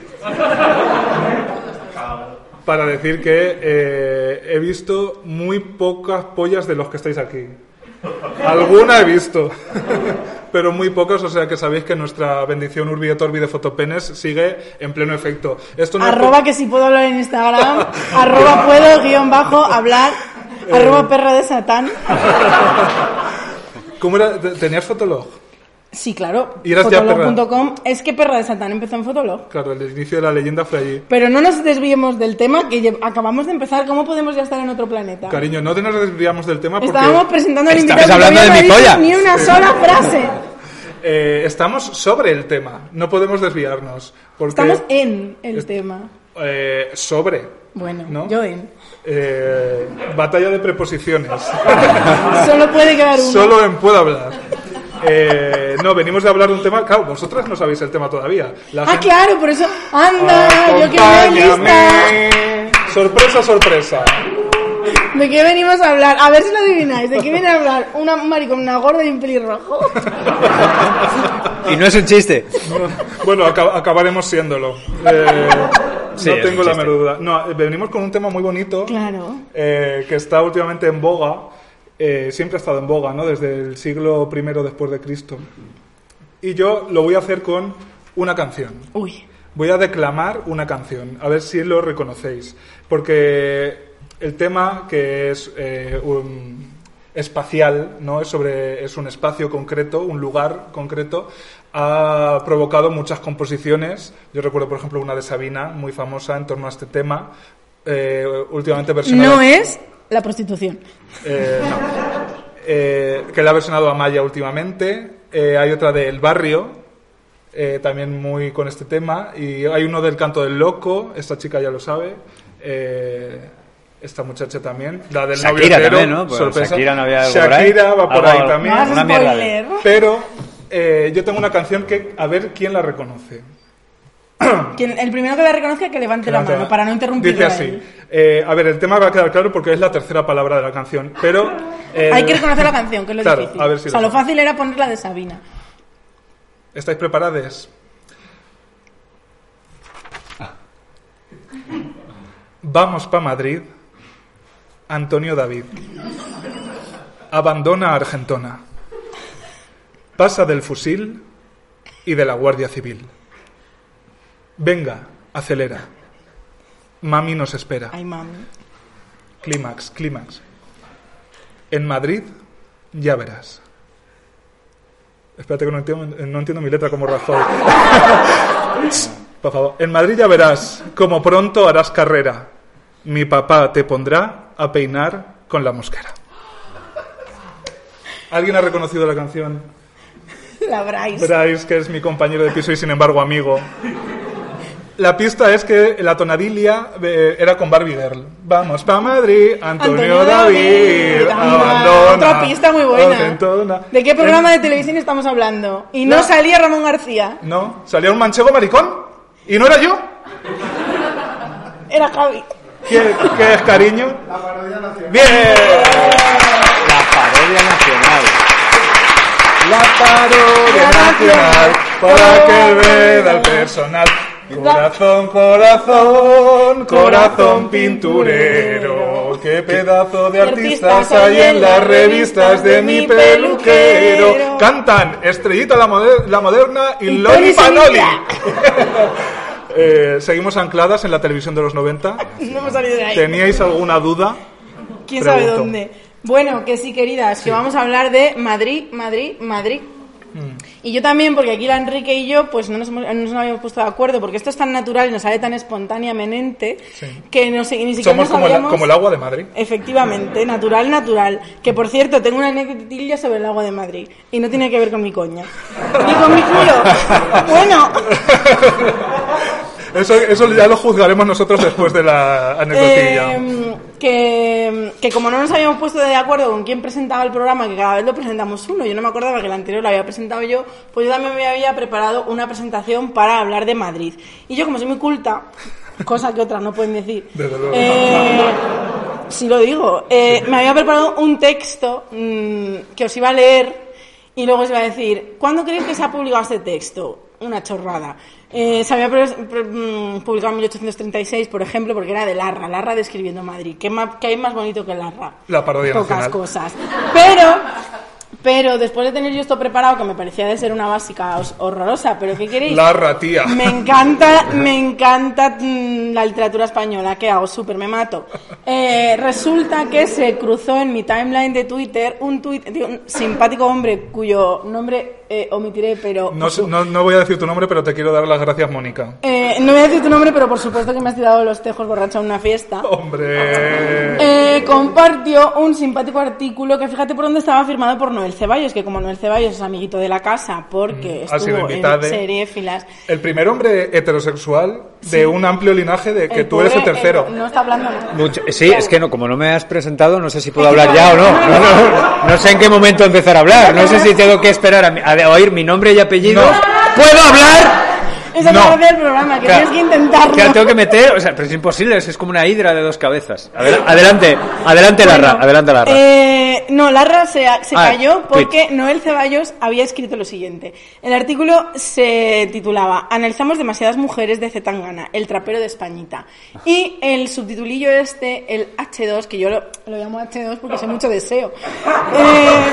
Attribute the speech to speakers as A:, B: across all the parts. A: Para decir que eh, he visto muy pocas pollas de los que estáis aquí. Alguna he visto, pero muy pocas, o sea que sabéis que nuestra bendición Urbi et Orbi de Fotopenes sigue en pleno efecto. Esto no pues- es
B: Arroba
A: por-
B: que si puedo hablar en Instagram, arroba puedo guión bajo hablar,
A: Eh.
B: arroba perra de satán.
A: ¿Cómo era? ¿Te- ¿Tenías Fotolog?
B: Sí, claro,
A: Y eras ya perra.
B: fotolog.com. Es que perra de satán empezó en Fotolog.
A: Claro, el inicio de la leyenda fue allí.
B: Pero no nos desviemos del tema que lle- acabamos de empezar. ¿Cómo podemos ya estar en otro planeta?
A: Cariño, no te nos desviamos del tema porque
B: Estábamos presentando al invitado
C: Estabas
B: que
C: hablando
B: todavía
C: de
B: no
C: mi
B: ha dicho
C: polla.
B: ni una sola frase.
A: eh, estamos sobre el tema. No podemos desviarnos. Porque,
B: Estamos en el
A: Es-
B: tema.
A: eh, sobre.
B: Bueno,
A: ¿No?
B: yo en.
A: eh, batalla de preposiciones.
B: Solo puede quedar uno.
A: Solo en puedo hablar. Eh, no, venimos de hablar de un tema. Claro, vosotras no sabéis el tema todavía. La
B: Ah,
A: gente-
B: claro, por eso. Anda, yo quedé lista.
A: Acompáñame. Sorpresa, sorpresa.
B: ¿De qué venimos a hablar? A ver si lo adivináis. ¿De qué viene a hablar? Una maricón, una gorda y un pelirrojo.
C: Y no es un chiste.
A: Bueno, aca- acabaremos siéndolo. Eh,
C: Sí,
A: no
C: es
A: tengo
C: un
A: la
C: chiste.
A: menor duda. No, eh, venimos con un tema muy bonito.
B: Claro.
A: eh, que está últimamente en boga. eh, siempre ha estado en boga, ¿no? Desde el siglo I después de Cristo. Y yo lo voy a hacer con una canción.
B: Uy.
A: Voy a declamar una canción, a ver si lo reconocéis. Porque el tema que es eh, un- espacial, ¿no? Es sobre. es un espacio concreto, un lugar concreto, ha provocado muchas composiciones. Yo recuerdo, por ejemplo, una de Sabina, muy famosa en torno a este tema. eh, últimamente versionada.
B: No es la prostitución.
A: Eh, no. Eh, que la ha versionado Amaya últimamente. Eh, hay otra de El Barrio, eh, también muy con este tema. Y hay uno del Canto del Loco, esta chica ya lo sabe. Eh, esta muchacha también. La del novio
C: Shakira
A: entero,
C: también, ¿no? Pues
A: sorpresa.
C: Shakira no había algo por ahí.
A: Shakira va por
C: Algo-
A: ahí también.
B: Más
C: Una mierda de-
B: spoiler.
A: Pero eh, yo tengo una canción que a ver quién la reconoce.
B: Quien- el primero que la reconozca que levante la mano para no interrumpirlo.
A: Dice
B: a
A: así.
B: él.
A: eh, a ver, el tema va a quedar claro porque es la tercera palabra de la canción. Pero. eh,
B: Hay que reconocer la canción, que es lo
A: Claro,
B: difícil.
A: a ver si
B: o sea,
A: lo
B: lo
A: sabe.
B: fácil era poner la de Sabina.
A: ¿Estáis preparados? Vamos pa' Madrid. Antonio David. Abandona a Argentona. Pasa del fusil y de la Guardia Civil. Venga, acelera. Mami nos espera.
B: Ay, mami.
A: Clímax, clímax. En Madrid, ya verás. Espérate que no entiendo, no entiendo mi letra como razón. Por favor. En Madrid ya verás, como pronto harás carrera. Mi papá te pondrá a peinar con la mosquera. ¿Alguien ha reconocido la canción?
B: La Bryce.
A: Bryce, que es mi compañero de piso y sin embargo amigo. La pista es que la tonadilia eh, era con Barbie Girl. Vamos pa' Madrid, Antonio,
B: Antonio
A: David,
B: David,
A: abandona.
B: Otra pista muy buena.
A: Abandona.
B: ¿De qué programa de televisión estamos hablando? Y no,
A: No.
B: salía Ramón García,
A: No, salía un manchego maricón. Y no era yo.
B: era Javi.
A: ¿Qué, qué es, cariño? La parodia nacional. ¡Bien!
C: La parodia nacional.
A: La parodia nacional para que vea el personal. Corazón, corazón, corazón pinturero. Qué pedazo de artistas hay en las revistas de mi peluquero. Cantan Estrellita la, Moder- la Moderna y,
B: Y
A: Loli
B: Tony
A: Panoli.
B: Sevilla.
A: Eh, seguimos ancladas en la televisión de los 90.
B: No hemos salido de ahí.
A: ¿Teníais alguna duda?
B: ¿Quién sabe
A: Pregunto.
B: dónde? Bueno, que sí, queridas, que vamos a hablar de Madrid, Madrid, Madrid.
A: Mm.
B: Y yo también, porque aquí la Enrique y yo, pues no nos, hemos- no nos habíamos puesto de acuerdo, porque esto es tan natural y nos sale tan espontáneamente que no sé, ni siquiera
A: Somos
B: nos
A: como, la-
B: habíamos-
A: como el agua de Madrid.
B: Efectivamente, natural, natural. Que por cierto, tengo una anécdotilla sobre el agua de Madrid. Y no tiene que ver con mi coña. Ni con mi culo. Bueno,
A: Eso, eso ya lo juzgaremos nosotros después de la anecdotilla.
B: eh, que, que como no nos habíamos puesto de acuerdo con quién presentaba el programa, que cada vez lo presentamos uno, yo no me acordaba que el anterior lo había presentado yo, pues yo también me había preparado una presentación para hablar de Madrid. Y yo, como soy muy culta, cosa que otras no pueden decir,
A: Desde luego.
B: eh, Sí lo digo. Eh, Me había preparado un texto mm, que os iba a leer y luego os iba a decir, ¿cuándo creéis que se ha publicado este texto? Una chorrada. Eh, se había pre- pre- mm, publicado en 1836, por ejemplo, porque era de Larra, Larra describiendo Madrid. ¿Qué, ma- qué hay más bonito que Larra?
A: La parodia
B: Pocas
A: nacional.
B: cosas. Pero, pero después de tener yo esto preparado, que me parecía de ser una básica os- horrorosa, pero ¿qué queréis?
A: La ratía.
B: Me encanta, me encanta mm, la literatura española. ¿Qué hago? Súper, me mato. Eh, resulta que se cruzó en mi timeline de Twitter un tuit de un simpático hombre cuyo nombre eh, omitiré, pero...
A: No, sé- no, no voy a decir tu nombre, pero te quiero dar las gracias, Mónica.
B: Eh, no voy a decir tu nombre, pero por supuesto que me has tirado los tejos borracha en una fiesta.
A: Hombre.
B: Eh, compartió un simpático artículo que fíjate por dónde estaba firmado por Noel Ceballos, que como Noel Ceballos es amiguito de la casa porque
A: ha sido
B: estuvo
A: invitado.
B: en Seriefilas
A: El primer hombre heterosexual de un amplio linaje de que
B: El
A: tú eres el
B: pobre, eh,
A: tercero.
B: no está hablando nada.
C: Mucho- eh, sí, es que no, como no me has presentado, no sé si puedo
B: Es que
C: hablar ya o no.
B: todavía-
C: No, no, no sé en qué momento empezar a hablar. No sé si tengo que esperar a, mi- a oír mi nombre y apellido. ¿Puedo hablar?
B: Esa
C: No.
B: no. es la del programa, que
C: Claro.
B: tienes que intentarlo.
C: Que la tengo que meter, o sea, pero es imposible, es como una hidra de dos cabezas. Adel- adelante, adelante Larra,
B: Bueno,
C: adelante Larra.
B: eh, no, Larra se, se
C: Ah,
B: cayó porque
C: tweet.
B: Noel Ceballos había escrito lo siguiente. El artículo se titulaba Analizamos demasiadas mujeres de Zetangana, el trapero de Españita. Y el subtitulillo este, el H2, que yo lo, lo llamo H2 porque sé mucho deseo, eh,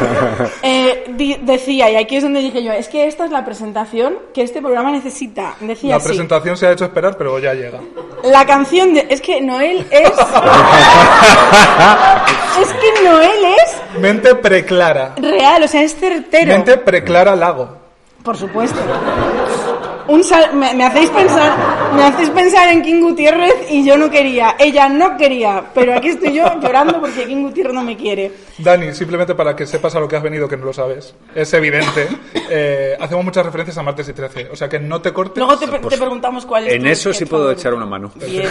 B: eh, di- decía, y aquí es donde dije yo, es que esta es la presentación que este programa necesita. Decía
A: La
B: así.
A: presentación se ha hecho esperar, pero ya llega.
B: La canción de... Es que Noel es... es que Noel es
A: Mente preclara.
B: real, o sea, es certero.
A: Mente preclara Lago.
B: Por supuesto. Un sal- me, me hacéis pensar, me hacéis pensar en King Gutiérrez y yo no quería, ella no quería, pero aquí estoy yo llorando porque King Gutiérrez no me quiere.
A: Dani, simplemente para que sepas a lo que has venido, que no lo sabes. Es evidente. Eh, hacemos muchas referencias a martes y 13. O sea que no te cortes.
B: Luego te, te preguntamos cuál es.
C: eh, pues en
B: tu
C: eso sí
B: sketch
C: puedo
B: favorito.
C: echar una mano.
B: Bien.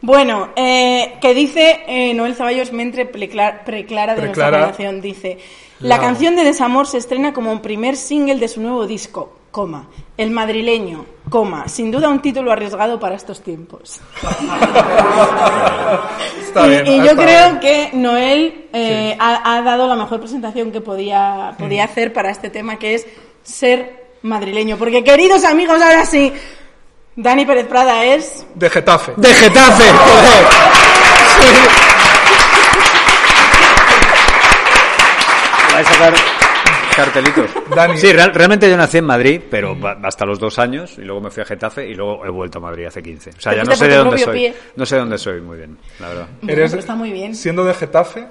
B: Bueno, eh, que dice eh, Noel Zaballos Mentre preclara, preclara de nuestra
A: Preclara.
B: relación, dice La canción de Desamor se estrena como un primer single de su nuevo disco, coma, El madrileño, coma, sin duda un título arriesgado para estos tiempos.
A: Está
B: y,
A: bien,
B: y yo
A: está
B: creo
A: bien.
B: que Noel eh, ha, ha dado la mejor presentación que podía,
A: Mm.
B: podía hacer para este tema, que es ser madrileño. Porque, queridos amigos, ahora sí, Dani Pérez Prada es...
A: De Getafe.
C: ¡De Getafe! joder. Va a sacar cartelitos.
A: Dani.
C: Sí, real- realmente yo nací en Madrid, pero va- hasta los dos años, y luego me fui a Getafe y luego he vuelto a Madrid hace 15. O sea,
B: Te
C: ya no
B: fuiste
C: sé
B: por
C: de
B: tu
C: dónde
B: propio
C: soy.
B: pie.
C: No sé de dónde soy muy bien, la verdad.
B: Bueno, pero está muy bien.
A: Siendo de Getafe,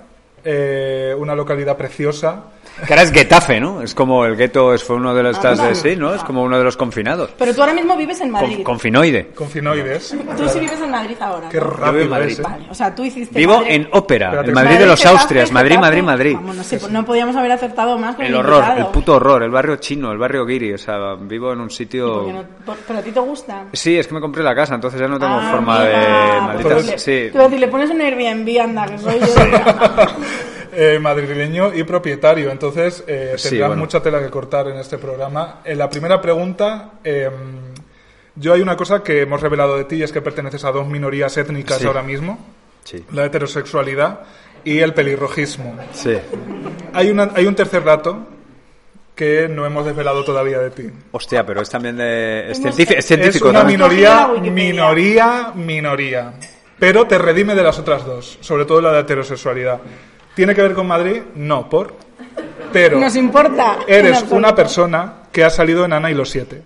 A: eh, una localidad preciosa,
C: Que ahora es Getafe, ¿no? Es como el gueto es, fue uno de los... estas de-
B: Anda.
C: sí, ¿no? Es como uno de los confinados.
B: Pero tú ahora mismo vives en
C: Con-
B: Madrid.
C: confinoide.
A: Con finoides.
B: Tú sí vives en Madrid ahora.
A: Qué
B: ¿no?
A: rápido
C: Madrid.
A: es, ¿eh?
B: Vale, o sea, tú hiciste.
C: Vivo
B: Madrid-
C: en ópera,
A: Espérate,
C: el Madrid de los
B: Getafe,
C: Austrias, Madrid,
B: Getafe.
C: Madrid, Madrid.
B: Vámonos, sí, pues no podíamos haber acertado más con
C: El horror, el
B: invitado.
C: puto horror, el barrio chino, el barrio guiri, o sea, vivo en un
B: Porque
C: sitio...
B: no- por- pero a ti te gusta.
C: Sí, es que me compré la casa, entonces ya no tengo
B: Ah,
C: forma
B: mira,
C: de...
B: pues
C: Maldita...
B: le-
C: Sí.
B: Tú a ti le pones un Airbnb, anda, que soy yo.
A: Eh, madrileño y propietario, entonces eh,
C: Sí,
A: tendrás
C: bueno.
A: mucha tela que cortar en este programa. En la primera pregunta, eh, yo hay una cosa que hemos revelado de ti y es que perteneces a dos minorías étnicas
C: Sí.
A: ahora mismo,
C: Sí.
A: la heterosexualidad y el pelirrojismo.
C: Sí.
A: Hay, una- hay un tercer dato que no hemos desvelado todavía de ti.
C: Hostia, pero es también de... Es
B: No sé.
C: científico, es científico
A: es una
C: también.
A: minoría,
B: Cogí la Wikipedia.
A: minoría, minoría. Pero te redime de las otras dos, sobre todo la de heterosexualidad. ¿Tiene que ver con Madrid? No, por. Pero
B: Nos importa. en
A: eres
B: absoluto.
A: una persona que ha salido en Ana y los siete.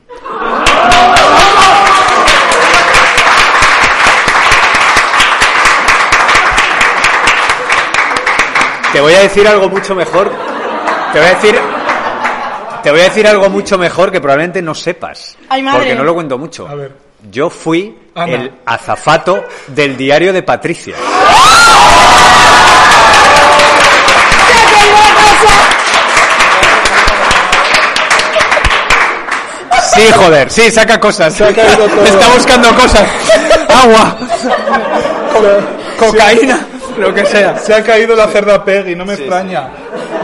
C: Te voy a decir algo mucho mejor. Te voy a decir. Te voy a decir algo mucho mejor que probablemente no sepas.
B: Ay, madre.
C: Porque no lo cuento mucho.
A: A ver.
C: Yo fui
A: Ana.
C: el azafato del diario de Patricia. Sí, joder, sí, saca cosas.
A: ido todo.
C: Está buscando cosas. Agua, cocaína, lo que sea.
A: Se ha caído la cerda Peggy, no me extraña.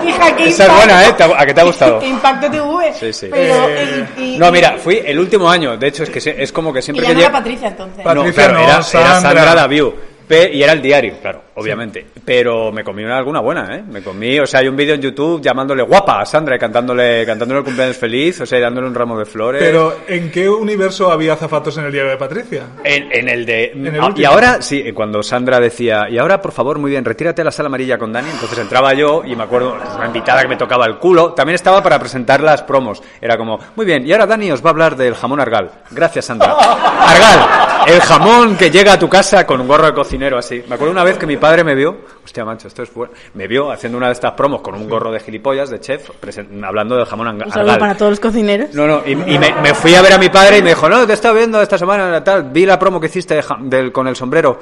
B: Hija, qué
C: Esa es
B: impacto.
C: buena, ¿eh? ¿Te ha- ¿A qué te ha gustado?
B: Qué impacto TV.
C: Sí, sí.
B: Pero,
A: Eh,
B: y- y-
C: No, mira, fui el último año. De hecho, es que se- es como que
B: Y
C: siempre
B: ya
C: que
B: no era
C: lle-
B: Patricia entonces.
A: Pa-
C: No,
A: Patricia,
C: claro,
A: no,
C: era, era Sandra,
A: Sandra.
C: Daviau. Pe- y era el diario, claro, obviamente. Pero me comí una, alguna buena, ¿eh? Me comí, o sea, hay un vídeo en YouTube llamándole guapa a Sandra y cantándole, cantándole el cumpleaños feliz, o sea, y dándole un ramo de flores.
A: Pero, ¿en qué universo había zapatos en el diario de Patricia?
C: En, en el de...
A: el
C: Ah, y
A: último.
C: ahora, sí, cuando Sandra decía, y ahora, por favor, muy bien, retírate a la sala amarilla con Dani, entonces entraba yo y me acuerdo, una invitada que me tocaba el culo, también estaba para presentar las promos. Era como, muy bien, y ahora Dani os va a hablar del jamón Argal. Gracias, Sandra. Argal, el jamón que llega a tu casa con un gorro de cocinero así. Me acuerdo una vez que mi padre me vio, hostia, macho, esto es bueno, me vio haciendo una de estas promos con un gorro de gilipollas, de chef, presen- hablando del jamón Argal.
B: Un saludo para todos los cocineros.
C: No, no, y, y me, me fui a ver a mi padre y me dijo, no, te estaba viendo esta semana, tal, vi la promo que hiciste de ja- del- con el sombrero.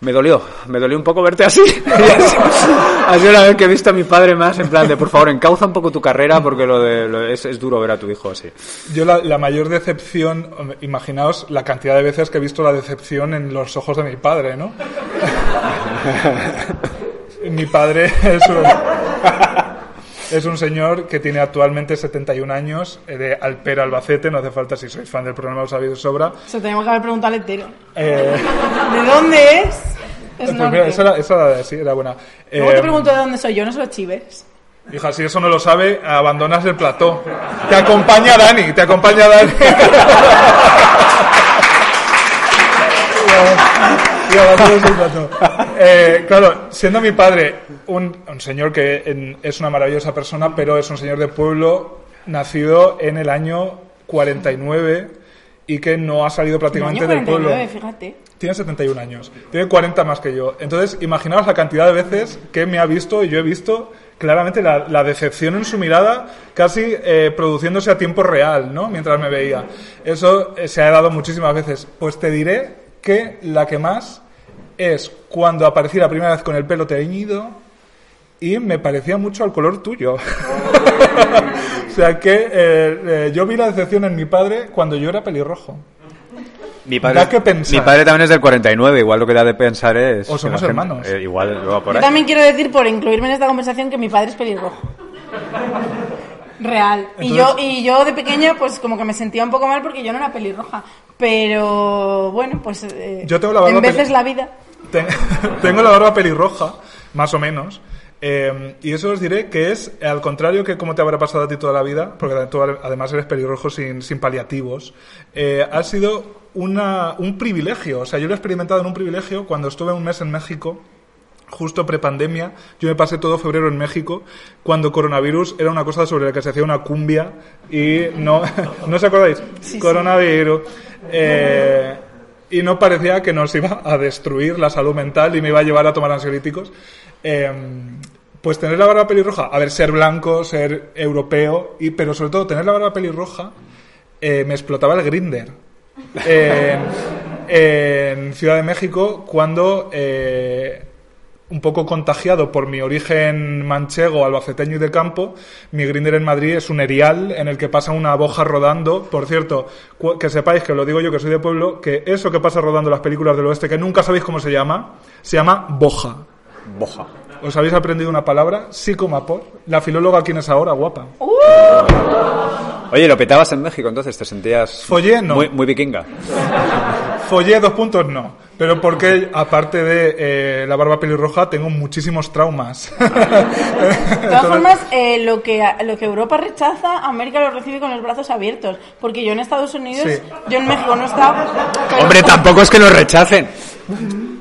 C: Me dolió, me dolió un poco verte así. Y así- así una vez que he visto a mi padre más en plan de, por favor, encauza un poco tu carrera porque lo de, lo- es, es duro ver a tu hijo así.
A: Yo la, la mayor decepción, hombre, imaginaos la cantidad de veces que he visto la decepción en los ojos de mi padre, ¿no? mi padre es un, es un señor que tiene actualmente 71 años, eh, de Alpera Albacete, no hace falta si sois fan del programa, os sabéis de sobra.
B: Se lo teníamos que haber preguntado al entero.
A: Eh,
B: ¿De dónde es?
C: Eh,
B: Es
A: pues
B: norte.
A: mira, esa, era- esa sí, era buena.
B: Luego
A: Eh,
B: te pregunto de dónde soy yo, no solo chives.
A: Hija, si eso no lo sabe, abandonas el plató. Te acompaña Dani, te acompaña Dani. Y abandonas el plató. Eh, claro, siendo mi padre un, un señor que en- es una maravillosa persona, pero es un señor de pueblo nacido en el año 49 y que no ha salido prácticamente
B: Año
A: del pueblo.
B: 49, fíjate.
A: Tiene 71 años. Tiene 40 más que yo. Entonces, imaginaos la cantidad de veces que me ha visto y yo he visto claramente la, la decepción en su mirada casi eh, produciéndose a tiempo real, ¿no? Mientras me veía. Eso eh, se ha dado muchísimas veces. Pues te diré que la que más es cuando aparecí la primera vez con el pelo teñido y me parecía mucho al color tuyo. o sea que eh, eh, yo vi la decepción en mi padre cuando yo era pelirrojo.
C: Mi
A: Da que pensar.
C: mi padre también es del 49, igual lo que da de pensar es...
A: O somos
C: que la
A: hermanos.
C: eh, igual, luego por
B: Yo
C: ahí.
B: también quiero decir, por incluirme en esta conversación, que mi padre es pelirrojo. Real. y, yo, y yo de pequeña, pues como que me sentía un poco mal porque yo no era pelirroja. Pero bueno, pues. eh,
A: Yo tengo la barba
B: En veces
A: peli-
B: la vida.
A: Ten- Tengo la barba pelirroja, más o menos. eh, y eso os diré que es al contrario que como te habrá pasado a ti toda la vida, porque tú ad- además eres pelirrojo sin, sin paliativos, eh, ha sido una, un privilegio. O sea, yo lo he experimentado en un privilegio cuando estuve un mes en México, justo prepandemia. Yo me pasé todo febrero en México, cuando coronavirus era una cosa sobre la que se hacía una cumbia y no, ¿no os acordáis? coronavirus. Eh, y no parecía que nos iba a destruir la salud mental y me iba a llevar a tomar ansiolíticos. Eh, Pues tener la barba pelirroja, a ver, ser blanco, ser europeo, y, pero sobre todo tener la barba pelirroja eh, me explotaba el grinder. en Ciudad de México, cuando eh, un poco contagiado por mi origen manchego, albaceteño y de campo, mi grinder en Madrid es un erial en el que pasa una boja rodando. Por cierto, cu- que sepáis, que lo digo yo que soy de pueblo, que eso que pasa rodando en las películas del oeste, que nunca sabéis cómo se llama, se llama boja.
C: Boja.
A: ¿Os habéis aprendido una palabra? Psicomapor. La filóloga, ¿quién es ahora? Guapa.
C: Oye, lo petabas en México, entonces te sentías
A: Follé, no.
C: muy, muy vikinga.
A: Follé dos puntos, no. Pero porque, aparte de eh, la barba pelirroja, tengo muchísimos traumas.
B: De todas formas, eh, lo, que, lo que Europa rechaza, América lo recibe con los brazos abiertos. Porque yo en Estados Unidos,
A: Sí.
B: yo en México no he estado. pero-
C: Hombre, tampoco es que nos rechacen.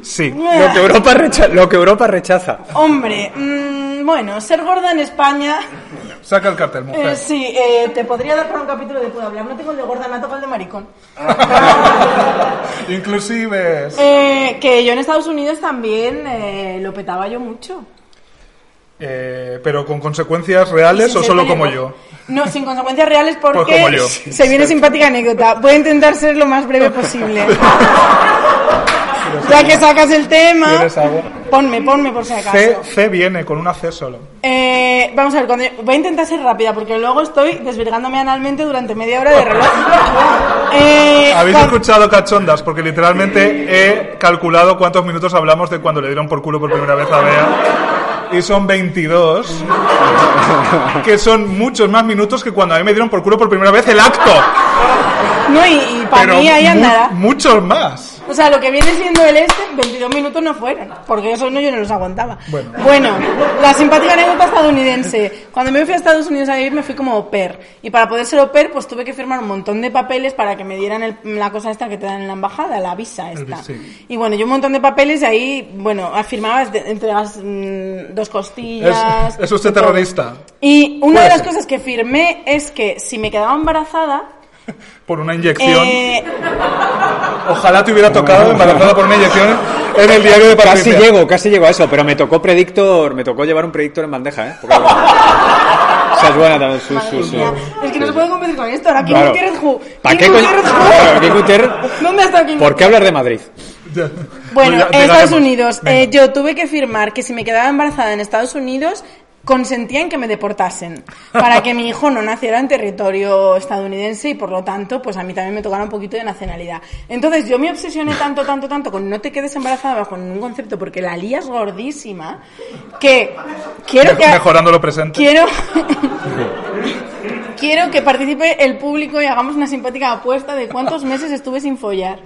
A: Sí.
C: Lo que Europa, recha- lo que Europa rechaza.
B: Hombre, mm, bueno, ser gorda en España,
A: Saca el cartel, mujer.
B: eh, sí, eh, te podría dar para un capítulo de Puedo hablar. No tengo el de gorda, no tengo el de maricón.
A: Ah. Inclusive.
B: Eh, que yo en Estados Unidos también eh, lo petaba yo mucho.
A: Eh, pero con consecuencias reales
B: Sin
A: o
B: ser
A: solo como
B: pelirroja.
A: yo.
B: No, sin consecuencias reales porque
A: Pues como yo.
B: se viene simpática anécdota. Voy a intentar ser lo más breve posible. ya que sacas el tema,
A: ¿Quieres algo?
B: ponme, ponme por si acaso.
A: C, C viene con una C solo.
B: Eh, vamos a ver, cuando yo- voy a intentar ser rápida porque luego estoy desvirgándome analmente durante media hora de reloj. Eh,
A: Habéis
B: cuan-
A: escuchado cachondas, porque literalmente he calculado cuántos minutos hablamos de cuando le dieron por culo por primera vez a Bea. Y son 22, que son muchos más minutos que cuando a mí me dieron por culo por primera vez el acto.
B: No, y, y para
A: Pero
B: mí ahí
A: mu-
B: andará.
A: muchos más.
B: O sea, lo que viene siendo el este, 22 minutos no fueron, porque eso no yo no los aguantaba.
A: Bueno.
B: la simpática anécdota estadounidense. Cuando me fui a Estados Unidos a vivir me fui como au pair. Y para poder ser au pair, pues tuve que firmar un montón de papeles para que me dieran el- la cosa esta que te dan en la embajada, la visa esta.
A: sí.
B: Y bueno, yo un montón de papeles y ahí, bueno, firmabas, de- entregabas mm, dos
A: Es,
B: costillas.
A: es usted
B: de todo.
A: terrorista.
B: Y una
A: Puede
B: de las
A: ser.
B: cosas que firmé es que si me quedaba embarazada,
A: Por una inyección.
B: eh,
A: Ojalá te hubiera tocado embarazada por una inyección en el diario de
C: Casi
A: Patricia.
C: llego, casi llego a eso, pero me tocó predictor, me tocó llevar un predictor en bandeja, ¿eh? Porque- O sea, es buena también, sí,
B: Madre
C: sí, sí.
B: mía, Es que no se puede competir con esto. Ahora, ¿quién
C: Claro.
B: Gutiérrez Ju?
C: ¿Para qué
B: ¿Quién
C: coño?
B: Gutiérrez Ju?
C: Claro, ¿quién Gutiérrez?
B: ¿Dónde está King
C: ¿Por qué hablar de Madrid?
B: Bueno,
A: Ya-
B: en Estados
A: llegaremos.
B: Unidos,
A: Venga.
B: eh, yo tuve que firmar que si me quedaba embarazada en Estados Unidos, consentían que me deportasen para que mi hijo no naciera en territorio estadounidense y por lo tanto, pues a mí también me tocara un poquito de nacionalidad. Entonces yo me obsesioné tanto, tanto, tanto con no te quedes embarazada bajo ningún concepto porque la lías gordísima que quiero que...
A: Mejorando lo presente.
B: Quiero. Quiero que participe el público y hagamos una simpática apuesta de cuántos meses estuve sin follar.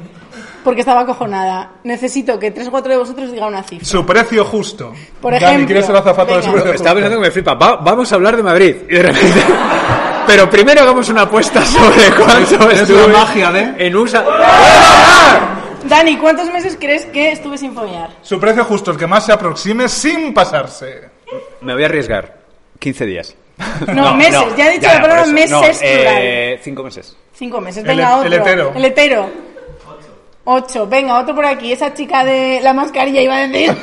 B: Porque estaba acojonada. Necesito que tres o cuatro de vosotros diga una cifra.
A: Su precio justo.
B: Por
A: Dani,
B: ejemplo,
A: ¿quieres ser azafato de
B: venga.
A: su precio justo?
C: Estaba pensando que me flipa. Va- vamos a hablar de Madrid. Y de repente. Pero primero hagamos una apuesta sobre cuánto es
A: la magia de-
C: En USA.
B: Dani, ¿cuántos meses crees que estuve sin follar?
A: Su precio justo, el que más se aproxime sin pasarse.
C: Me voy a arriesgar. 15 días.
B: No, meses. ya he dicho la
C: por
B: palabra
C: eso.
B: meses
C: No,
B: plural.
C: eh, cinco meses.
B: Cinco meses.
A: El
B: Venga,
A: he-
B: otro.
A: el hetero.
B: El hetero. Ocho. Venga, otro por aquí. Esa chica de la mascarilla iba a decir.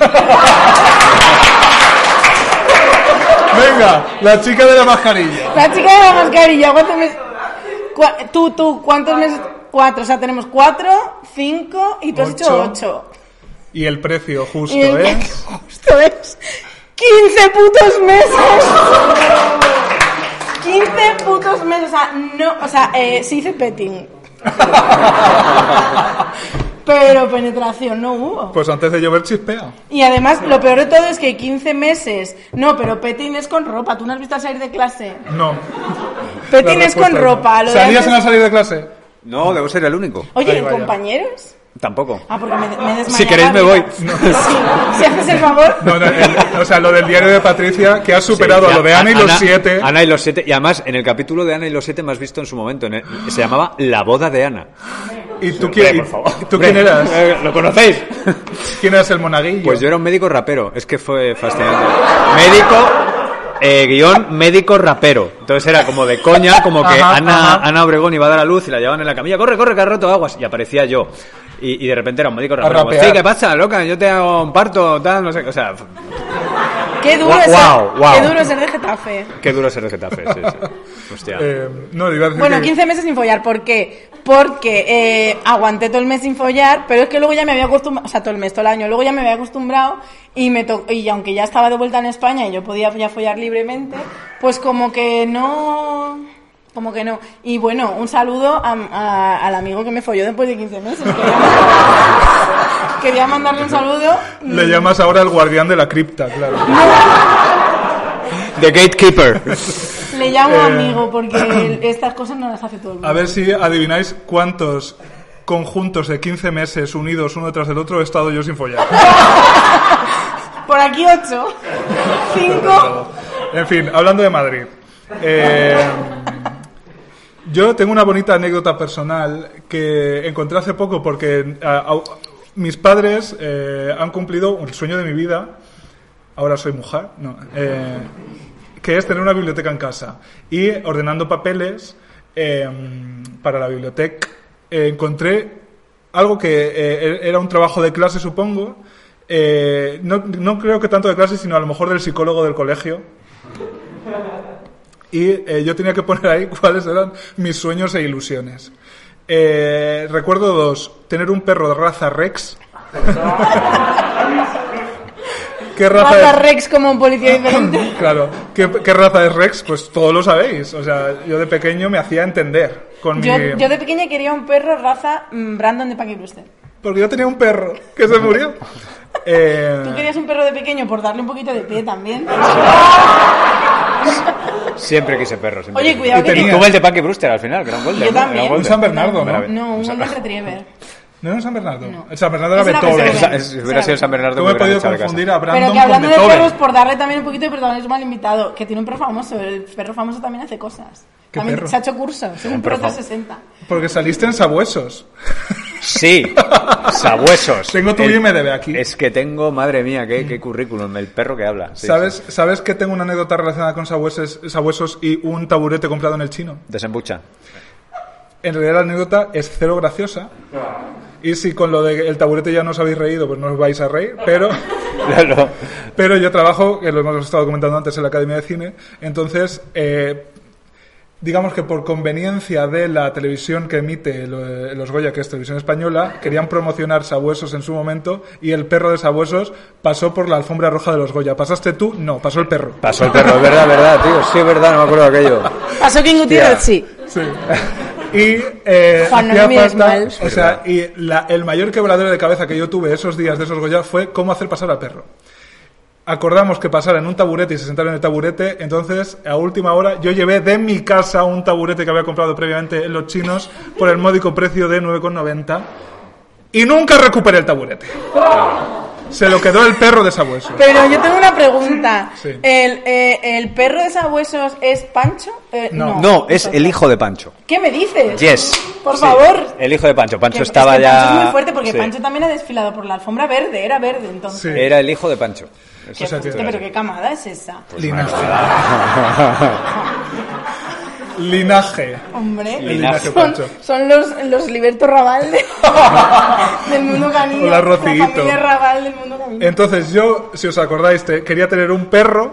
A: Venga, la chica de la mascarilla.
B: La chica de la mascarilla, ¿cuántos meses? Cua- Tú, tú, ¿cuántos meses? Cuatro, o sea, tenemos cuatro, cinco y tú has hecho
A: Ocho.
B: ocho.
A: Y el precio justo
B: Y el que
A: es...
B: justo es 15 putos meses. 15 putos meses, o sea, no, o sea, eh, se hizo petting. Pero penetración no hubo.
A: Pues antes de llover chispea.
B: Y además, lo peor de todo es que 15 meses. No, pero petting es con ropa. Tú no has visto al salir de clase.
A: No.
B: Petting
A: La
B: es con
A: respuesta
B: ropa.
A: no.
B: Lo de
A: ¿Salías
B: antes-
A: en la salida de clase?
C: No, debo ser el único.
B: Oye,
A: Ahí
B: ¿y
A: vaya.
B: compañeros?
C: Tampoco.
B: Ah, porque me, me he desmayado.
C: Si queréis, me voy.
B: Sí, si haces el favor.
A: No, no, el- o sea, lo del diario de Patricia, que ha superado
C: Sí,
A: a lo de Ana y los
C: Ana-
A: siete.
C: Ana y los siete. Y además, en el capítulo de Ana y los siete más visto en su momento. en el- se llamaba La boda de Ana.
A: ¿Y tú, quién,
C: Hombre, por favor.
A: ¿tú quién
C: Hombre,
A: eras?
C: eh, ¿Lo conocéis?
A: ¿Quién eras el monaguillo?
C: Pues yo era un médico rapero. Es que fue fascinante. Médico, eh, guión, médico rapero. Entonces era como de coña, como que
A: Ajá,
C: Ana,
A: ajá.
C: Ana Obregón iba a dar a luz y la llevaban en la camilla. Corre, corre, que has roto aguas. Y aparecía yo. Y, y de repente era un médico rapero. Como,
A: rapear.
C: sí, ¿qué pasa, loca? Yo te hago un parto, tal, no sé. qué". O sea,
B: Qué duro,
C: Guau,
B: es,
C: guau,
B: ser,
C: guau.
B: qué duro es ser de Getafe.
C: Qué duro es ser de Getafe, sí, sí. Hostia.
A: Eh, no, le iba a decir
B: Bueno,
A: que-
B: 15 meses sin follar, ¿por qué? Porque eh, aguanté todo el mes sin follar, pero es que luego ya me había acostumbrado, o sea, todo el mes, todo el año, luego ya me había acostumbrado y me to- y aunque ya estaba de vuelta en España y yo podía ya follar libremente, pues como que no, como que no. Y bueno, un saludo a- a- al amigo que me folló después de 15 meses. Quería, quería mandarle un saludo.
A: Le llamas ahora el guardián de la cripta, claro.
C: The Gatekeeper.
B: Le llamo
A: Eh.
B: amigo porque estas cosas no las hace todo el mundo.
A: A ver si adivináis cuántos conjuntos de 15 meses unidos uno tras el otro he estado yo sin follar.
B: Por aquí 8, 5.
A: En fin, hablando de Madrid. Eh, yo tengo una bonita anécdota personal que encontré hace poco porque a- a- mis padres eh, han cumplido el sueño de mi vida. Ahora soy mujer, no. eh, que es tener una biblioteca en casa. Y ordenando papeles eh, para la biblioteca, eh, encontré algo que eh, era un trabajo de clase, supongo. Eh, no, no creo que tanto de clase, sino a lo mejor del psicólogo del colegio. Y eh, yo tenía que poner ahí cuáles eran mis sueños e ilusiones. Eh, recuerdo dos. Tener un perro de raza Rex. ¿Qué raza
B: Rafa
A: es?
B: Rex como un policía diferente.
A: Claro, ¿Qué, qué raza es Rex? Pues todos lo sabéis. O sea, yo de pequeño me hacía entender con
B: Yo,
A: mi.
B: yo de pequeña quería un perro raza mm, Brandon de Packy Brewster.
A: Porque yo tenía un perro que se murió. Eh,
B: Tú querías un perro de pequeño por darle un poquito de pie también.
C: Siempre quise perros. siempre
B: Oye,
C: quise.
B: cuidado
A: que
C: Y
A: tenía-
C: tuve el de Packy Brewster al final, que era un Golden.
B: Yo
C: ¿no? Era
B: también.
C: un Golden.
A: Un San Bernardo, ¿no?
B: No, un Golden Retriever.
A: ¿No era un San Bernardo? El San Bernardo era
B: Ese era
A: Beethoven.
B: Beethoven.
C: Esa- es- hubiera sido San Bernardo
A: Yo me
C: muy
A: he
C: grande
A: podido
C: echado de casa.
A: confundir a Brandon
B: Pero que hablando de
A: con
B: perros,
A: Beethoven.
B: por darle también un poquito de protagonismo al invitado, que tiene un perro famoso. El perro famoso también hace cosas.
A: ¿Qué
B: También
A: perro?
B: se ha hecho cursos. Es un
C: perro
B: perro de 60.
A: Porque saliste en sabuesos.
C: Sí, sabuesos.
A: Tengo tu
C: El-
A: IMDb aquí.
C: Es que tengo, madre mía, qué, qué currículum, el perro que habla. Sí,
A: ¿Sabes,
C: sí.
A: ¿Sabes que tengo una anécdota relacionada con sabuesos, sabuesos y un taburete comprado en el chino?
C: Desembucha.
A: En realidad la anécdota es cero graciosa. Y si con lo del taburete ya no os habéis reído, pues no os vais a reír. Pero,
C: Claro.
A: pero yo trabajo, que lo hemos estado comentando antes en la Academia de Cine, entonces, eh, digamos que por conveniencia de la televisión que emite lo- eh, los Goya, que es televisión española, querían promocionar Sabuesos en su momento y el perro de Sabuesos pasó por la alfombra roja de los Goya. ¿Pasaste tú? No, pasó el perro.
C: Pasó el perro, es verdad, verdad, tío. Sí, es verdad, no me acuerdo de aquello.
B: Pasó King
C: Gutiérrez,
B: sí.
A: Sí. Y, eh,
B: Juan, no me
A: hacía
B: mires
A: falta-
B: mal.
A: o sea, y la- el mayor quebradero de cabeza que yo tuve esos días de esos Goya fue cómo hacer pasar al perro. Acordamos que pasara en un taburete y se sentara en el taburete, entonces a última hora yo llevé de mi casa un taburete que había comprado previamente en los chinos por el módico precio de 9,90 y nunca recuperé el taburete. Se lo quedó el perro de sabueso.
B: Pero yo tengo una pregunta.
A: Sí.
B: ¿El, eh, ¿El perro de sabuesos es Pancho? Eh,
A: No.
C: No, es el hijo de Pancho.
B: ¿Qué me dices?
C: Yes.
B: Por
C: Sí,
B: favor.
C: El hijo de Pancho. Pancho
B: Que-
C: estaba
B: es que
C: ya.
B: Pancho es muy fuerte porque
C: Sí.
B: Pancho también ha desfilado por la alfombra verde, era verde entonces.
A: Sí.
C: Era el hijo de Pancho.
B: Qué
A: O sea, que-
B: fuerte, pero qué camada es esa.
A: Linaje. Linaje.
B: Hombre,
A: El linaje
B: son,
A: Pancho.
B: son los, los Liberto Raval de- del mundo canino.
A: Hola, Rocito.
B: La familia Raval del mundo canino.
A: Entonces yo, si os acordáis, te- quería tener un perro,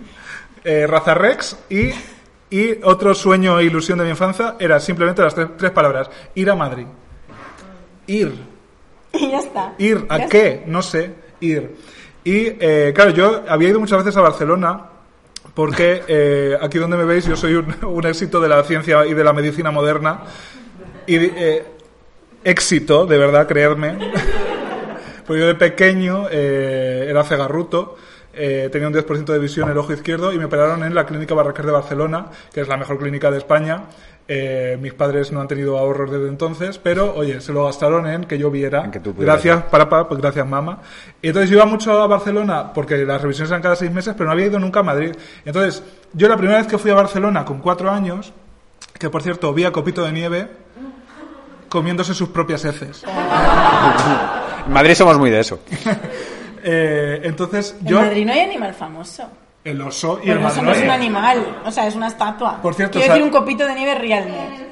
A: eh, raza Rex, y, y otro sueño e ilusión de mi infancia era simplemente las tres, tres palabras. Ir a Madrid. Ir.
B: Y ya está.
A: Ir.
B: Ya
A: ¿A
B: está.
A: qué? No sé. Ir. Y eh, claro, yo había ido muchas veces a Barcelona porque eh, aquí donde me veis yo soy un, un éxito de la ciencia y de la medicina moderna. Y eh, éxito, de verdad, creedme. Porque Pues yo de pequeño eh, era cegarruto, eh, tenía un 10% de visión en el ojo izquierdo y me operaron en la Clínica Barraquer de Barcelona, que es la mejor clínica de España. Eh, mis padres no han tenido ahorros desde entonces, pero oye, se lo gastaron en que yo viera.
C: En que tú pudieras
A: gracias, para, para, pues gracias, mamá. Y entonces yo iba mucho a Barcelona porque las revisiones eran cada seis meses, pero no había ido nunca a Madrid. Entonces, yo la primera vez que fui a Barcelona con cuatro años, que por cierto vi a Copito de Nieve comiéndose sus propias heces.
C: En Madrid somos muy de eso.
A: Eh, entonces
B: En
A: yo
B: Madrid no hay animal famoso.
A: el oso y el
B: Bueno, eso no es un
A: madroño.
B: animal, o sea, es una estatua.
A: Por cierto,
B: Quiero
A: o sea-
B: decir un copito de nieve realmente.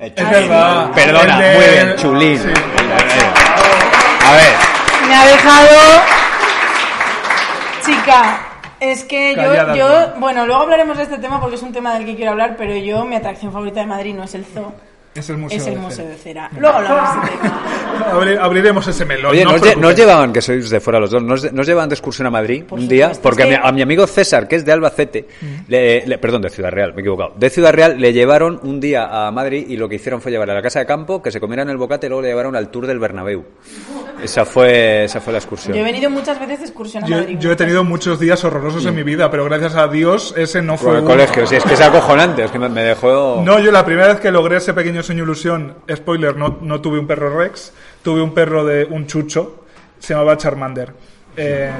A: Es verdad.
C: Perdona,
A: El de-
C: muy bien, chulín.
A: Sí.
C: A ver,
B: Me ha dejado Chica, es que yo,
A: Callada,
B: yo, bueno, luego hablaremos de este tema porque es un tema del que quiero hablar, pero yo, mi atracción favorita de Madrid no es el zoo,
A: Es el museo.
B: es el
A: de
B: Museo
A: Cera.
B: de Cera. Luego hablamos de este tema.
A: Abri- abriremos ese melón.
C: Oye,
A: no os
C: nos, lle- nos
A: preocupéis.
C: llevaban, que sois de fuera los dos, nos, nos llevaban de excursión a Madrid
B: Por
C: un día,
B: supuesto,
C: porque
B: es
C: a mi,
B: que-
C: a mi amigo César, que es de Albacete, le- le- perdón, de Ciudad Real, me he equivocado, de Ciudad Real le llevaron un día a Madrid y lo que hicieron fue llevarle a la casa de campo, que se comieran el bocate y luego le llevaron al tour del Bernabéu. Esa fue, esa fue la excursión.
B: Yo he venido muchas veces de excursión a
A: Yo,
B: Madrid.
A: yo he tenido muchos días horrorosos en mi vida, pero gracias a Dios ese no
C: Con
A: fue
C: el
A: uno.
C: colegio, sí, es que es acojonante, es que me, me dejó...
A: No, yo la primera vez que logré ese pequeño sueño ilusión, spoiler, no, no tuve un perro Rex, tuve un perro de un chucho, se llamaba Charmander. Eh,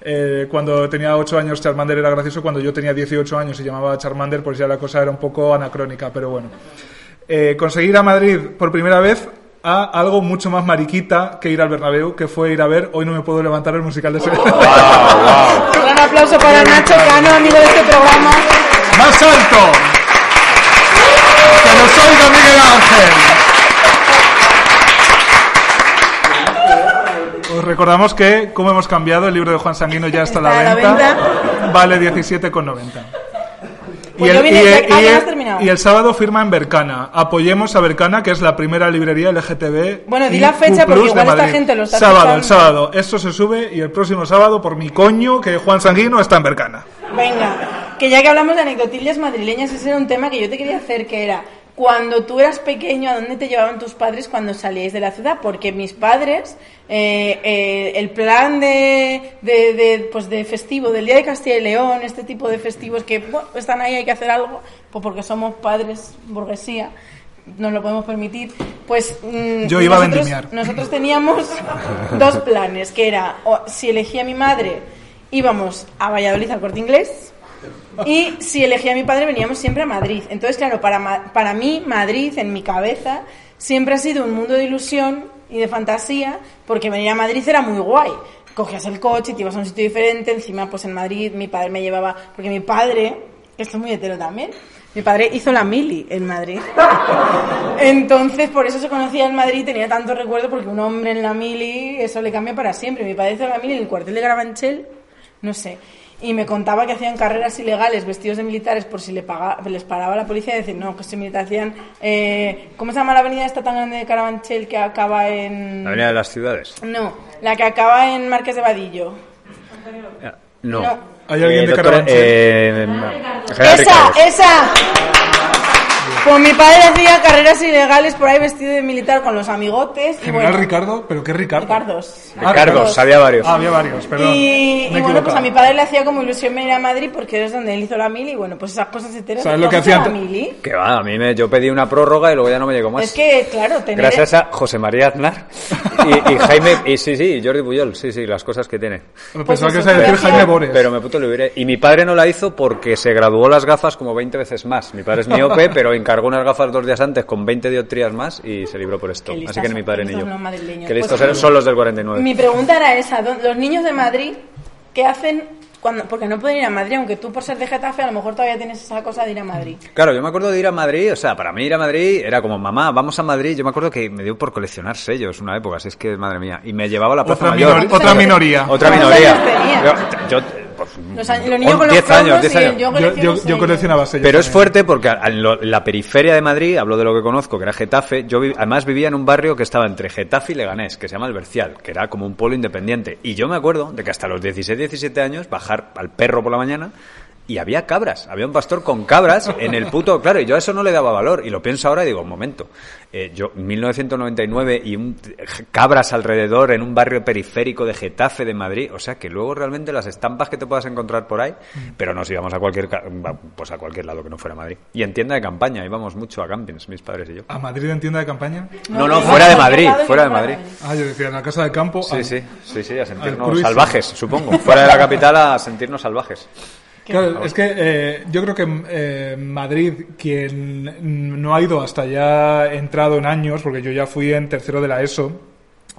A: eh, cuando tenía 8 años Charmander era gracioso, cuando yo tenía 18 años se llamaba Charmander, pues ya la cosa era un poco anacrónica, pero bueno. Eh, conseguir a Madrid por primera vez a algo mucho más mariquita que ir al Bernabéu, que fue ir a ver Hoy no me puedo levantar el musical de Selena.
B: Un gran aplauso para Nacho Cano, amigo de este programa.
A: ¡Más alto! ¡Que nos oiga Miguel Ángel! Os recordamos que, como hemos cambiado, el libro de Juan Sanguino ya está, a la
B: Está a
A: venta.
B: la
A: Vale 17,90.
B: Pues yo vine- ah, ya has terminado.
A: y el sábado firma en Bercana. Apoyemos a Bercana, que es la primera librería LGTB.
B: Bueno, di
A: y
B: la fecha,
A: Q+
B: porque
A: de
B: igual esta
A: Madrid.
B: gente lo está
A: Sábado, el
B: escuchando.
A: sábado. Esto se sube y el próximo sábado, por mi coño, que Juan Sanguino está en Bercana.
B: Venga, que ya que hablamos de anecdotillas madrileñas, ese era un tema que yo te quería hacer, que era cuando tú eras pequeño, ¿a dónde te llevaban tus padres cuando salíais de la ciudad? Porque mis padres, eh, eh, el plan de, de, de, pues de festivo, del Día de Castilla y León, este tipo de festivos que bueno, están ahí, hay que hacer algo, pues porque somos padres burguesía, nos lo podemos permitir, pues... mm,
A: Yo iba a
B: nosotros-
A: vendimiar.
B: nosotros teníamos dos planes, que era, o- si elegía a mi madre, íbamos a Valladolid al corte inglés, y si elegía a mi padre, veníamos siempre a Madrid. Entonces, claro, para, ma- para mí, Madrid, en mi cabeza, siempre ha sido un mundo de ilusión y de fantasía, porque venir a Madrid era muy guay. Cogías el coche, te ibas a un sitio diferente, encima, pues en Madrid, mi padre me llevaba, porque mi padre, esto es muy hetero también, mi padre hizo la mili en Madrid. Entonces, por eso se conocía en Madrid, tenía tanto recuerdo, porque un hombre en la mili, eso le cambia para siempre. Mi padre hizo la mili en el cuartel de Carabanchel, no sé. Y me contaba que hacían carreras ilegales vestidos de militares por si le paga- les paraba la policía y decir, no, que soy militar. Hacían, eh, ¿cómo se llama la avenida esta tan grande de Carabanchel que acaba en...?
C: La Avenida de las Ciudades.
B: No, la que acaba en Marques de Vadillo.
C: No.
B: No.
A: ¿Hay alguien de
C: doctora-
A: Carabanchel?
C: eh, General
B: ¡Esa!
C: Ricardo.
B: ¡Esa! Pues mi padre hacía carreras ilegales por ahí vestido de militar con los amigotes. Y
A: General
B: bueno,
A: Ricardo, pero qué Ricardo.
B: Ricardos.
A: Ah,
C: Ricardos, había varios.
A: Ah, había varios, perdón.
B: Y,
A: Me
B: y
A: he
B: bueno, pues
A: equivocado.
B: a mi padre le hacía como ilusión venir a Madrid porque es donde él hizo la mili. Y bueno, pues esas cosas enteras.
A: ¿Sabes lo que
B: hacía
A: hacían?
B: la mili?
C: Que va, a mí me, yo pedí una prórroga y luego ya no me llegó más.
B: Es que, claro, tener.
C: Gracias a José María Aznar y, y Jaime, y sí, sí, y Jordi Puyol, sí, sí, las cosas que tiene.
A: Me
B: Pues
A: pensaba que
B: eso,
A: se decir
B: gracias.
A: Jaime Bores.
C: Pero me puto lo diré. Y mi padre no la hizo porque se graduó las gafas como 20 veces más. Mi padre es miope, pero encargó unas gafas dos días antes con 20 dioptrías más y se libró por esto.
B: Qué listas
C: Así que ni mi
B: son, qué
C: padre ni yo.
B: listos los madrileños.
C: Que listos
B: Pues
C: eran-
B: sí.
C: son los del 49.
B: Mi pregunta era esa: ¿dó- los niños de Madrid, ¿qué hacen cuando.? Porque no pueden ir a Madrid, aunque tú por ser de Getafe, a lo mejor todavía tienes esa cosa de ir a Madrid.
C: Claro, yo me acuerdo de ir a Madrid, o sea, para mí ir a Madrid era como, mamá, vamos a Madrid. Yo me acuerdo que me dio por coleccionar sellos una época, así es que, madre mía. Y me llevaba a la Plaza
A: Otra
C: Mayor.
A: minori- otra minoría.
C: Otra
B: ¿Cuántos
C: minoría.
B: años
C: Yo, yo- pues,
B: Los, a- los niños con los
C: 10 años,
B: cromos
C: 10
B: y
C: años.
A: yo,
B: yo
A: yo,
B: colecciono
A: yo
B: sellos.
A: coleccionaba sellos.
C: Pero es
A: también.
C: fuerte porque a- en lo- la periferia de Madrid, hablo de lo que conozco, que era Getafe, yo vi- además vivía en un barrio que estaba entre Getafe y Leganés, que se llama El Bercial, que era como un pueblo independiente. Y yo me acuerdo de que hasta los 16, 17 años, bajar al perro por la mañana y había cabras, había un pastor con cabras en el puto... Claro, y yo a eso no le daba valor. Y lo pienso ahora y digo, un momento, eh, yo 1999 y un, cabras alrededor en un barrio periférico de Getafe de Madrid, o sea que luego realmente las estampas que te puedas encontrar por ahí,
A: Mm.
C: pero nos íbamos a cualquier ca- pues a cualquier lado que no fuera Madrid. Y en tienda de campaña íbamos mucho a campings, mis padres y yo.
A: ¿A Madrid en tienda de campaña?
C: No, no,
B: venga,
C: fuera de
B: no,
C: Madrid,
B: no, no,
C: fuera de
B: no,
C: Madrid.
A: Ah, yo decía, en la casa de campo.
C: Sí,
A: ah,
C: sí, sí, sí, a
A: Al
C: sentirnos
A: cruising.
C: salvajes, supongo. Fuera de la capital a sentirnos salvajes.
A: Claro, es que eh, yo creo que eh, Madrid, quien no ha ido hasta ya entrado en años, porque yo ya fui en tercero de la ESO,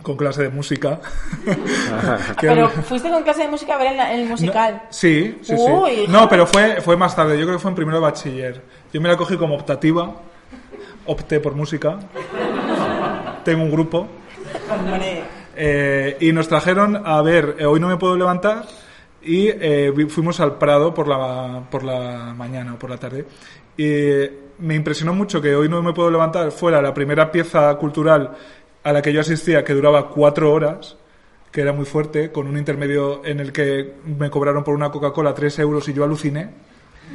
A: con clase de música. Que-
B: Pero fuiste con clase de música a ver el, el musical.
A: Sí, sí,
B: Uy.
A: sí. No, pero fue, fue más tarde, yo creo que fue en primero de bachiller. Yo me la cogí como optativa, opté por música, tengo un grupo.
B: Hombre.
A: Eh, Eh, y nos trajeron a ver eh, Hoy no me puedo levantar y eh, vi- fuimos al Prado por la, por la mañana o por la tarde. Y me impresionó mucho que Hoy no me puedo levantar fuera la primera pieza cultural a la que yo asistía que duraba cuatro horas que era muy fuerte, con un intermedio en el que me cobraron por una Coca-Cola 3 euros y yo aluciné.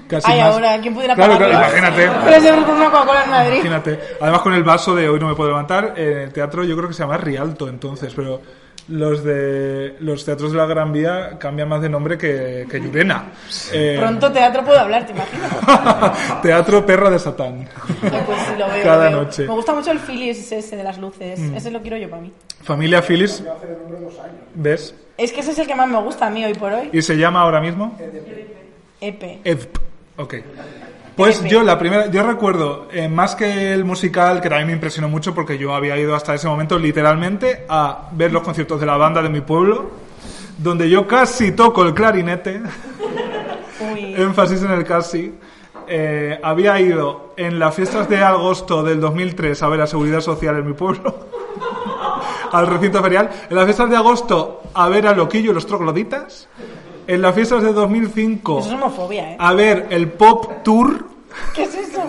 A: Casi
B: Ay,
A: más.
B: ahora, ¿quién pudiera
A: Claro,
B: pagarlo?
A: claro, imagínate.
B: Tres euros por una Coca-Cola en Madrid.
A: Imagínate. Además, con el vaso de hoy no me puedo levantar, eh, en el teatro yo creo que se llama Rialto entonces, pero los de los teatros de la Gran Vía cambian más de nombre que, que Llurena. Eh,
B: Pronto teatro puedo hablar, te imagino.
A: teatro Perra de Satán.
B: Ay, pues sí, lo veo,
A: Cada
B: lo veo.
A: noche. Mm.
B: Me gusta mucho el Philips ese de las luces. Ese lo quiero yo para mí.
A: Familia Phillips. ¿Ves?
B: Es que ese es el que más me gusta a mí hoy por hoy.
A: Y se llama ahora mismo
B: Epe.
A: EVP. Ok. Pues
B: EVP.
A: yo la primera, yo recuerdo, eh, más que el musical, que también me impresionó mucho porque yo había ido hasta ese momento literalmente a ver los conciertos de la banda de mi pueblo, donde yo casi toco el clarinete,
B: Uy.
A: énfasis en el casi. Eh, había ido en las fiestas de agosto del 2003 a ver la seguridad social en mi pueblo, al recinto ferial. En las fiestas de agosto a ver a Loquillo y los trogloditas. En las fiestas de 2005
B: Eso es homofobia, ¿eh?
A: a ver el Pop Tour,
B: ¿Qué es eso?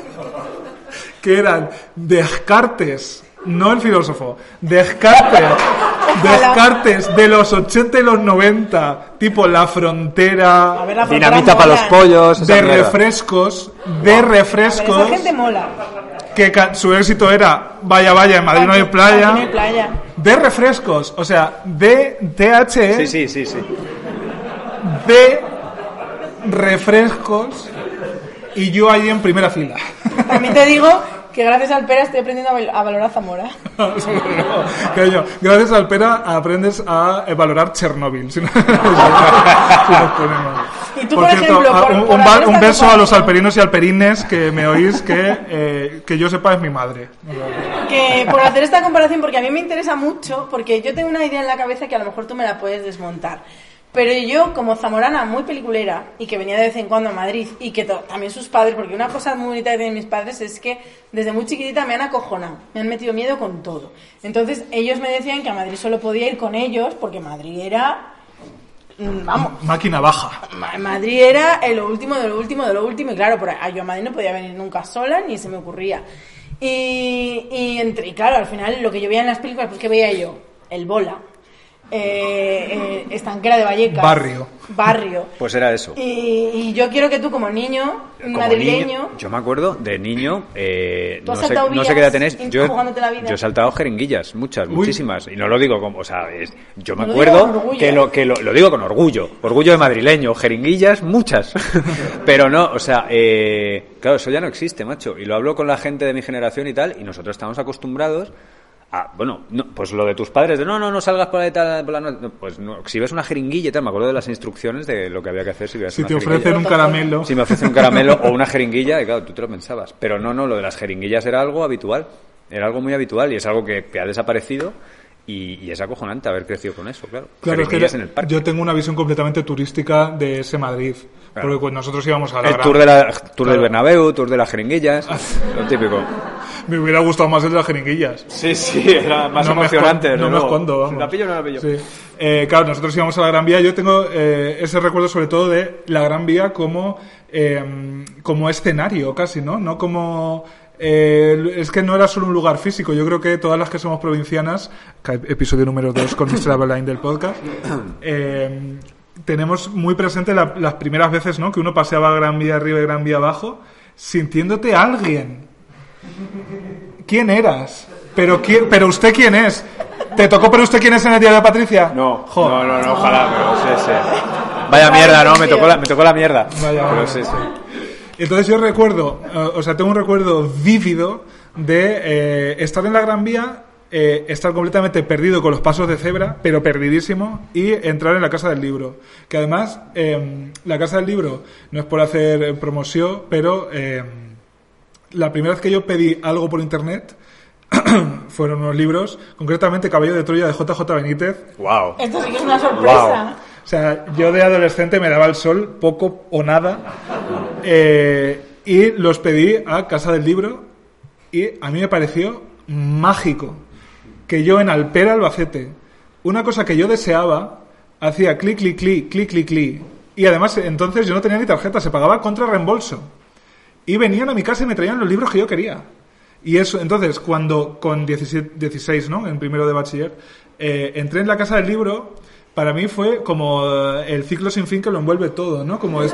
A: que eran Descartes, no el filósofo, Descartes, Descartes de los 80 y los 90, tipo La
B: A ver,
A: Frontera,
B: la frontera
C: Dinamita para los
B: mola.
C: pollos. esa
A: de
C: mierda.
A: refrescos, de
B: Pero esa
A: refrescos,
B: gente mola.
A: que ca- su éxito era Vaya, vaya, en Madrid no hay
B: Aquí-
A: playa.
B: aquí no hay playa.
A: De refrescos, o sea, de DHE,
C: Sí, sí, sí, sí.
A: de refrescos, y yo ahí en primera fila.
B: También te digo que gracias al Pera estoy aprendiendo a val- a valorar a Zamora.
A: Coño, gracias al Pera aprendes a eh, valorar Chernóbil. si no- si nos ponemos.
B: Y tú, por ejemplo,
A: a-
B: por-
A: ah, un,
B: por
A: un ba-
B: hacer
A: un
B: esta
A: beso a los
B: comparación-
A: alperinos y alperines que me oís que, eh, que yo sepa es mi madre.
B: que por hacer esta comparación, porque a mí me interesa mucho, porque yo tengo una idea en la cabeza que a lo mejor tú me la puedes desmontar. Pero yo, como zamorana muy peliculera y que venía de vez en cuando a Madrid y que to- también sus padres, porque una cosa muy bonita que tienen mis padres es que desde muy chiquitita me han acojonado, me han metido miedo con todo. Entonces ellos me decían que a Madrid solo podía ir con ellos porque Madrid era... mm, Vamos,
A: Máquina baja.
B: Ma- Madrid era eh, lo último de lo último de lo último y claro, por ahí- yo a Madrid no podía venir nunca sola ni se me ocurría. Y, y entre, y claro, al final lo que yo veía en las películas, pues que veía yo, el bola, eh, eh, estanquera de Vallecas,
A: Barrio.
B: barrio.
C: Pues era eso.
B: Y, y yo quiero que tú como niño
C: Como
B: madrileño,
C: niño- yo me acuerdo de niño, eh,
B: Tú
C: no,
B: has
C: sé,
B: saltado
C: no sé
B: vías
C: qué edad tenés,
B: en-
C: yo,
B: jugándote la vida.
C: yo he saltado jeringuillas, muchas, muchísimas, y no lo digo como, o sea, es- yo me
B: Lo digo con
C: acuerdo
B: orgullo. ¿eh?
C: que, lo, que lo, lo digo con orgullo, orgullo de madrileño, jeringuillas, muchas, pero no, o sea, eh, claro, eso ya no existe, macho, y lo hablo con la gente de mi generación y tal, y nosotros estamos acostumbrados a, bueno, no, pues lo de tus padres, de no, no, no salgas por la, tal- por la noche", no, pues no, si ves una jeringuilla y tal, me acuerdo de las instrucciones de lo que había que hacer si veías
A: Si
C: una
A: te
C: jeringuilla.
A: ofrecen un caramelo.
C: Si me ofrecen un caramelo o una jeringuilla, y claro, tú te lo pensabas. Pero no, no, lo de las jeringuillas era algo habitual. Era algo muy habitual y es algo que, que ha desaparecido y, y es acojonante haber crecido con eso, claro.
A: Claro, es que
C: jeringuillas en el parque.
A: yo tengo una visión completamente turística de ese Madrid.
C: Claro.
A: Porque cuando nosotros íbamos a la
C: El
A: Gran-
C: tour, de la, tour del
A: Claro. Ah.
C: Bernabéu, tour de las jeringuillas, lo típico.
A: Me hubiera gustado más el de las jeringuillas.
C: Sí, sí, era más
A: me
C: emocionante.
A: escon- No me escondo, vamos. Sí. Eh, claro, nosotros íbamos a la Gran Vía. Yo tengo eh, ese recuerdo sobre todo de la Gran Vía como, eh, como escenario casi, ¿no? No como... eh, es que no era solo un lugar físico. Yo creo que todas las que somos provincianas, ca- episodio número 2 con Mr. Abeline del podcast, eh, tenemos muy presente la- las primeras veces, ¿no? Que uno paseaba Gran Vía arriba y Gran Vía abajo sintiéndote alguien. ¿Quién eras? ¿Pero, quién, ¿Pero usted quién es? ¿Te tocó pero usted quién es en el día de Patricia?
C: No,
A: Jo.
C: no, no, no, ojalá, pero sí, sí. Vaya mierda, ¿no? Me tocó la, me tocó la mierda.
A: Vaya,
C: pero
A: vaya.
C: sí, sí.
A: Entonces yo recuerdo, eh, o sea, tengo un recuerdo vívido de eh, estar en la Gran Vía, eh, estar completamente perdido con los pasos de cebra, pero perdidísimo, y entrar en la Casa del Libro. Que además, eh, la Casa del Libro no es por hacer eh, promoción, pero eh, la primera vez que yo pedí algo por internet fueron unos libros, concretamente Cabello de Troya de JJ Benítez,
C: Wow.
B: esto sí que es una sorpresa.
C: Wow.
A: o sea, yo de adolescente me daba el sol poco o nada eh, y los pedí a Casa del Libro y a mí me pareció mágico que yo en Alpera, Albacete, Una cosa que yo deseaba, hacía clic, clic, clic, clic, clic, clic. Y además, entonces yo no tenía ni tarjeta, se pagaba contra reembolso. Y venían a mi casa y me traían los libros que yo quería. Y eso, entonces, cuando con 17, 16, ¿no? En primero de bachiller, eh, entré en la casa del libro, para mí fue como eh, el ciclo sin fin que lo envuelve todo, ¿no? Como es,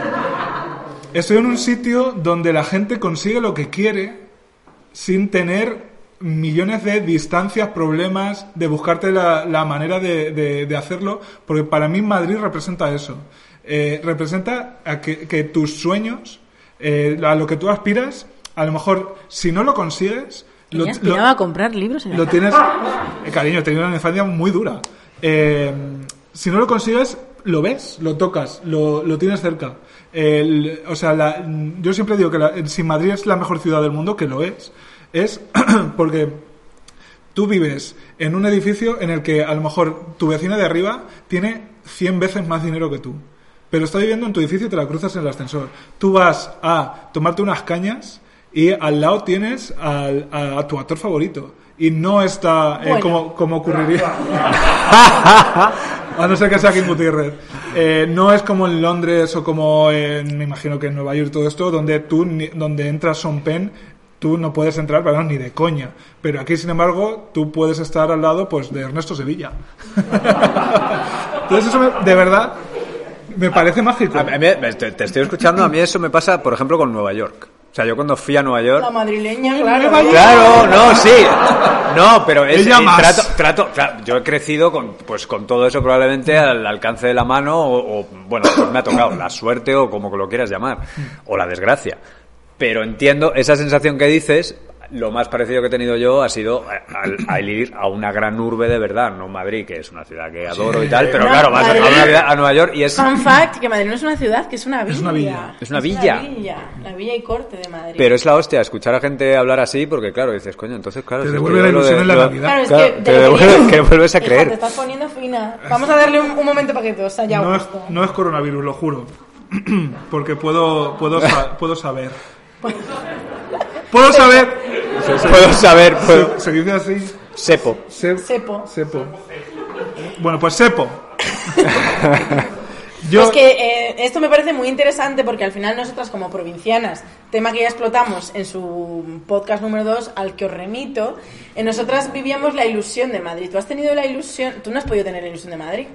A: estoy en un sitio donde la gente consigue lo que quiere sin tener millones de distancias, problemas, de buscarte la, la manera de, de- de hacerlo, porque para mí Madrid representa eso. Eh, representa a que, que tus sueños, eh, a lo que tú aspiras, a lo mejor si no lo consigues, lo,
D: Ella aspiraba a comprar libros en
A: lo tienes. eh, cariño, he tenido una infancia muy dura. Eh, si no lo consigues, lo ves, lo tocas, lo, lo tienes cerca. El- o sea, la- yo siempre digo que la- si Madrid es la mejor ciudad del mundo, que lo es, es porque tú vives en un edificio en el que a lo mejor tu vecina de arriba tiene 100 veces más dinero que tú. Pero está viviendo en tu edificio y te la cruzas en el ascensor. Tú vas a tomarte unas cañas y al lado tienes al- a, a tu actor favorito. Y no está eh,
B: Bueno.
A: como, como ocurriría. A no ser que sea Kim Gutiérrez. Eh, no es como en Londres o como en, me imagino que en Nueva York todo esto, donde tú, ni- donde entras Son Pen, tú no puedes entrar, pero ni de coña. Pero aquí, sin embargo, tú puedes estar al lado, pues, de Ernesto Sevilla. Entonces eso, me- de verdad, me parece mágico.
C: A mí- a mí- te, te estoy escuchando, a mí eso me pasa, por ejemplo, con Nueva York. O sea, yo cuando fui a Nueva York...
B: La madrileña, claro.
C: Claro, no, sí. No, pero es,
A: Ella
C: y
A: más.
C: trato, trato, tra- yo he crecido con, pues, con todo eso probablemente al alcance de la mano o, o, bueno, pues me ha tocado la suerte o como lo quieras llamar, o la desgracia. Pero entiendo esa sensación que dices, lo más parecido que he tenido yo ha sido a- al, al ir a una gran urbe de verdad, no Madrid, que es una ciudad que adoro y tal, pero
B: No,
C: claro, vas a, a
B: Madrid.
C: una ciudad- a Nueva York y es...
B: Fun fact, que Madrid no es una ciudad, que es una villa.
A: una villa.
C: Es una villa.
B: villa, La villa y corte de Madrid.
C: Pero es la hostia escuchar a gente hablar así porque, claro, dices, coño, entonces, claro...
A: Te
C: es que
A: devuelve
C: yo
A: la
C: lo
A: ilusión en la
C: yo-
A: Navidad.
B: Claro, es
C: claro,
B: que,
C: te
B: de lo
C: devuelve-
B: dices,
C: que vuelves a
B: hija,
C: creer.
B: te estás poniendo fina. Vamos a darle un, un momento para que todo se haya
A: No es,
B: gusto.
A: no es coronavirus, lo juro. Porque puedo, puedo, sa- puedo saber. ¡Puedo saber!
C: Puedo saber, puedo.
A: Se, se dice así.
C: Sepo.
A: se-
B: Sepo.
A: Sepo. Bueno, pues Sepo. Yo,
B: Es que eh, esto me parece muy interesante porque al final nosotras como provincianas, tema que ya explotamos en su podcast número 2 al que os remito, eh, nosotras vivíamos la ilusión de Madrid. Tú has tenido la ilusión, tú no has podido tener la ilusión de Madrid.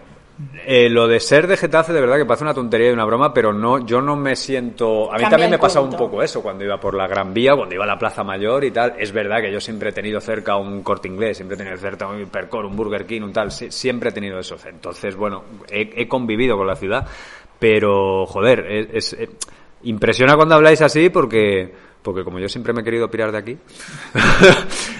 C: Eh, lo de ser de Getafe, de verdad que parece una tontería y una broma, pero no, yo no me siento. A mí
B: Cambia
C: también
B: el
C: me pasaba un
B: cuento.
C: poco eso cuando iba por la Gran Vía, cuando iba a la Plaza Mayor y tal. Es verdad que yo siempre he tenido cerca un corte inglés, siempre he tenido cerca un hipercor, un Burger King, un tal. sí, siempre he tenido eso. Entonces, bueno, he, he convivido con la ciudad, pero joder, es, es- eh, impresiona cuando habláis así porque. Porque como yo siempre me he querido pirar de aquí,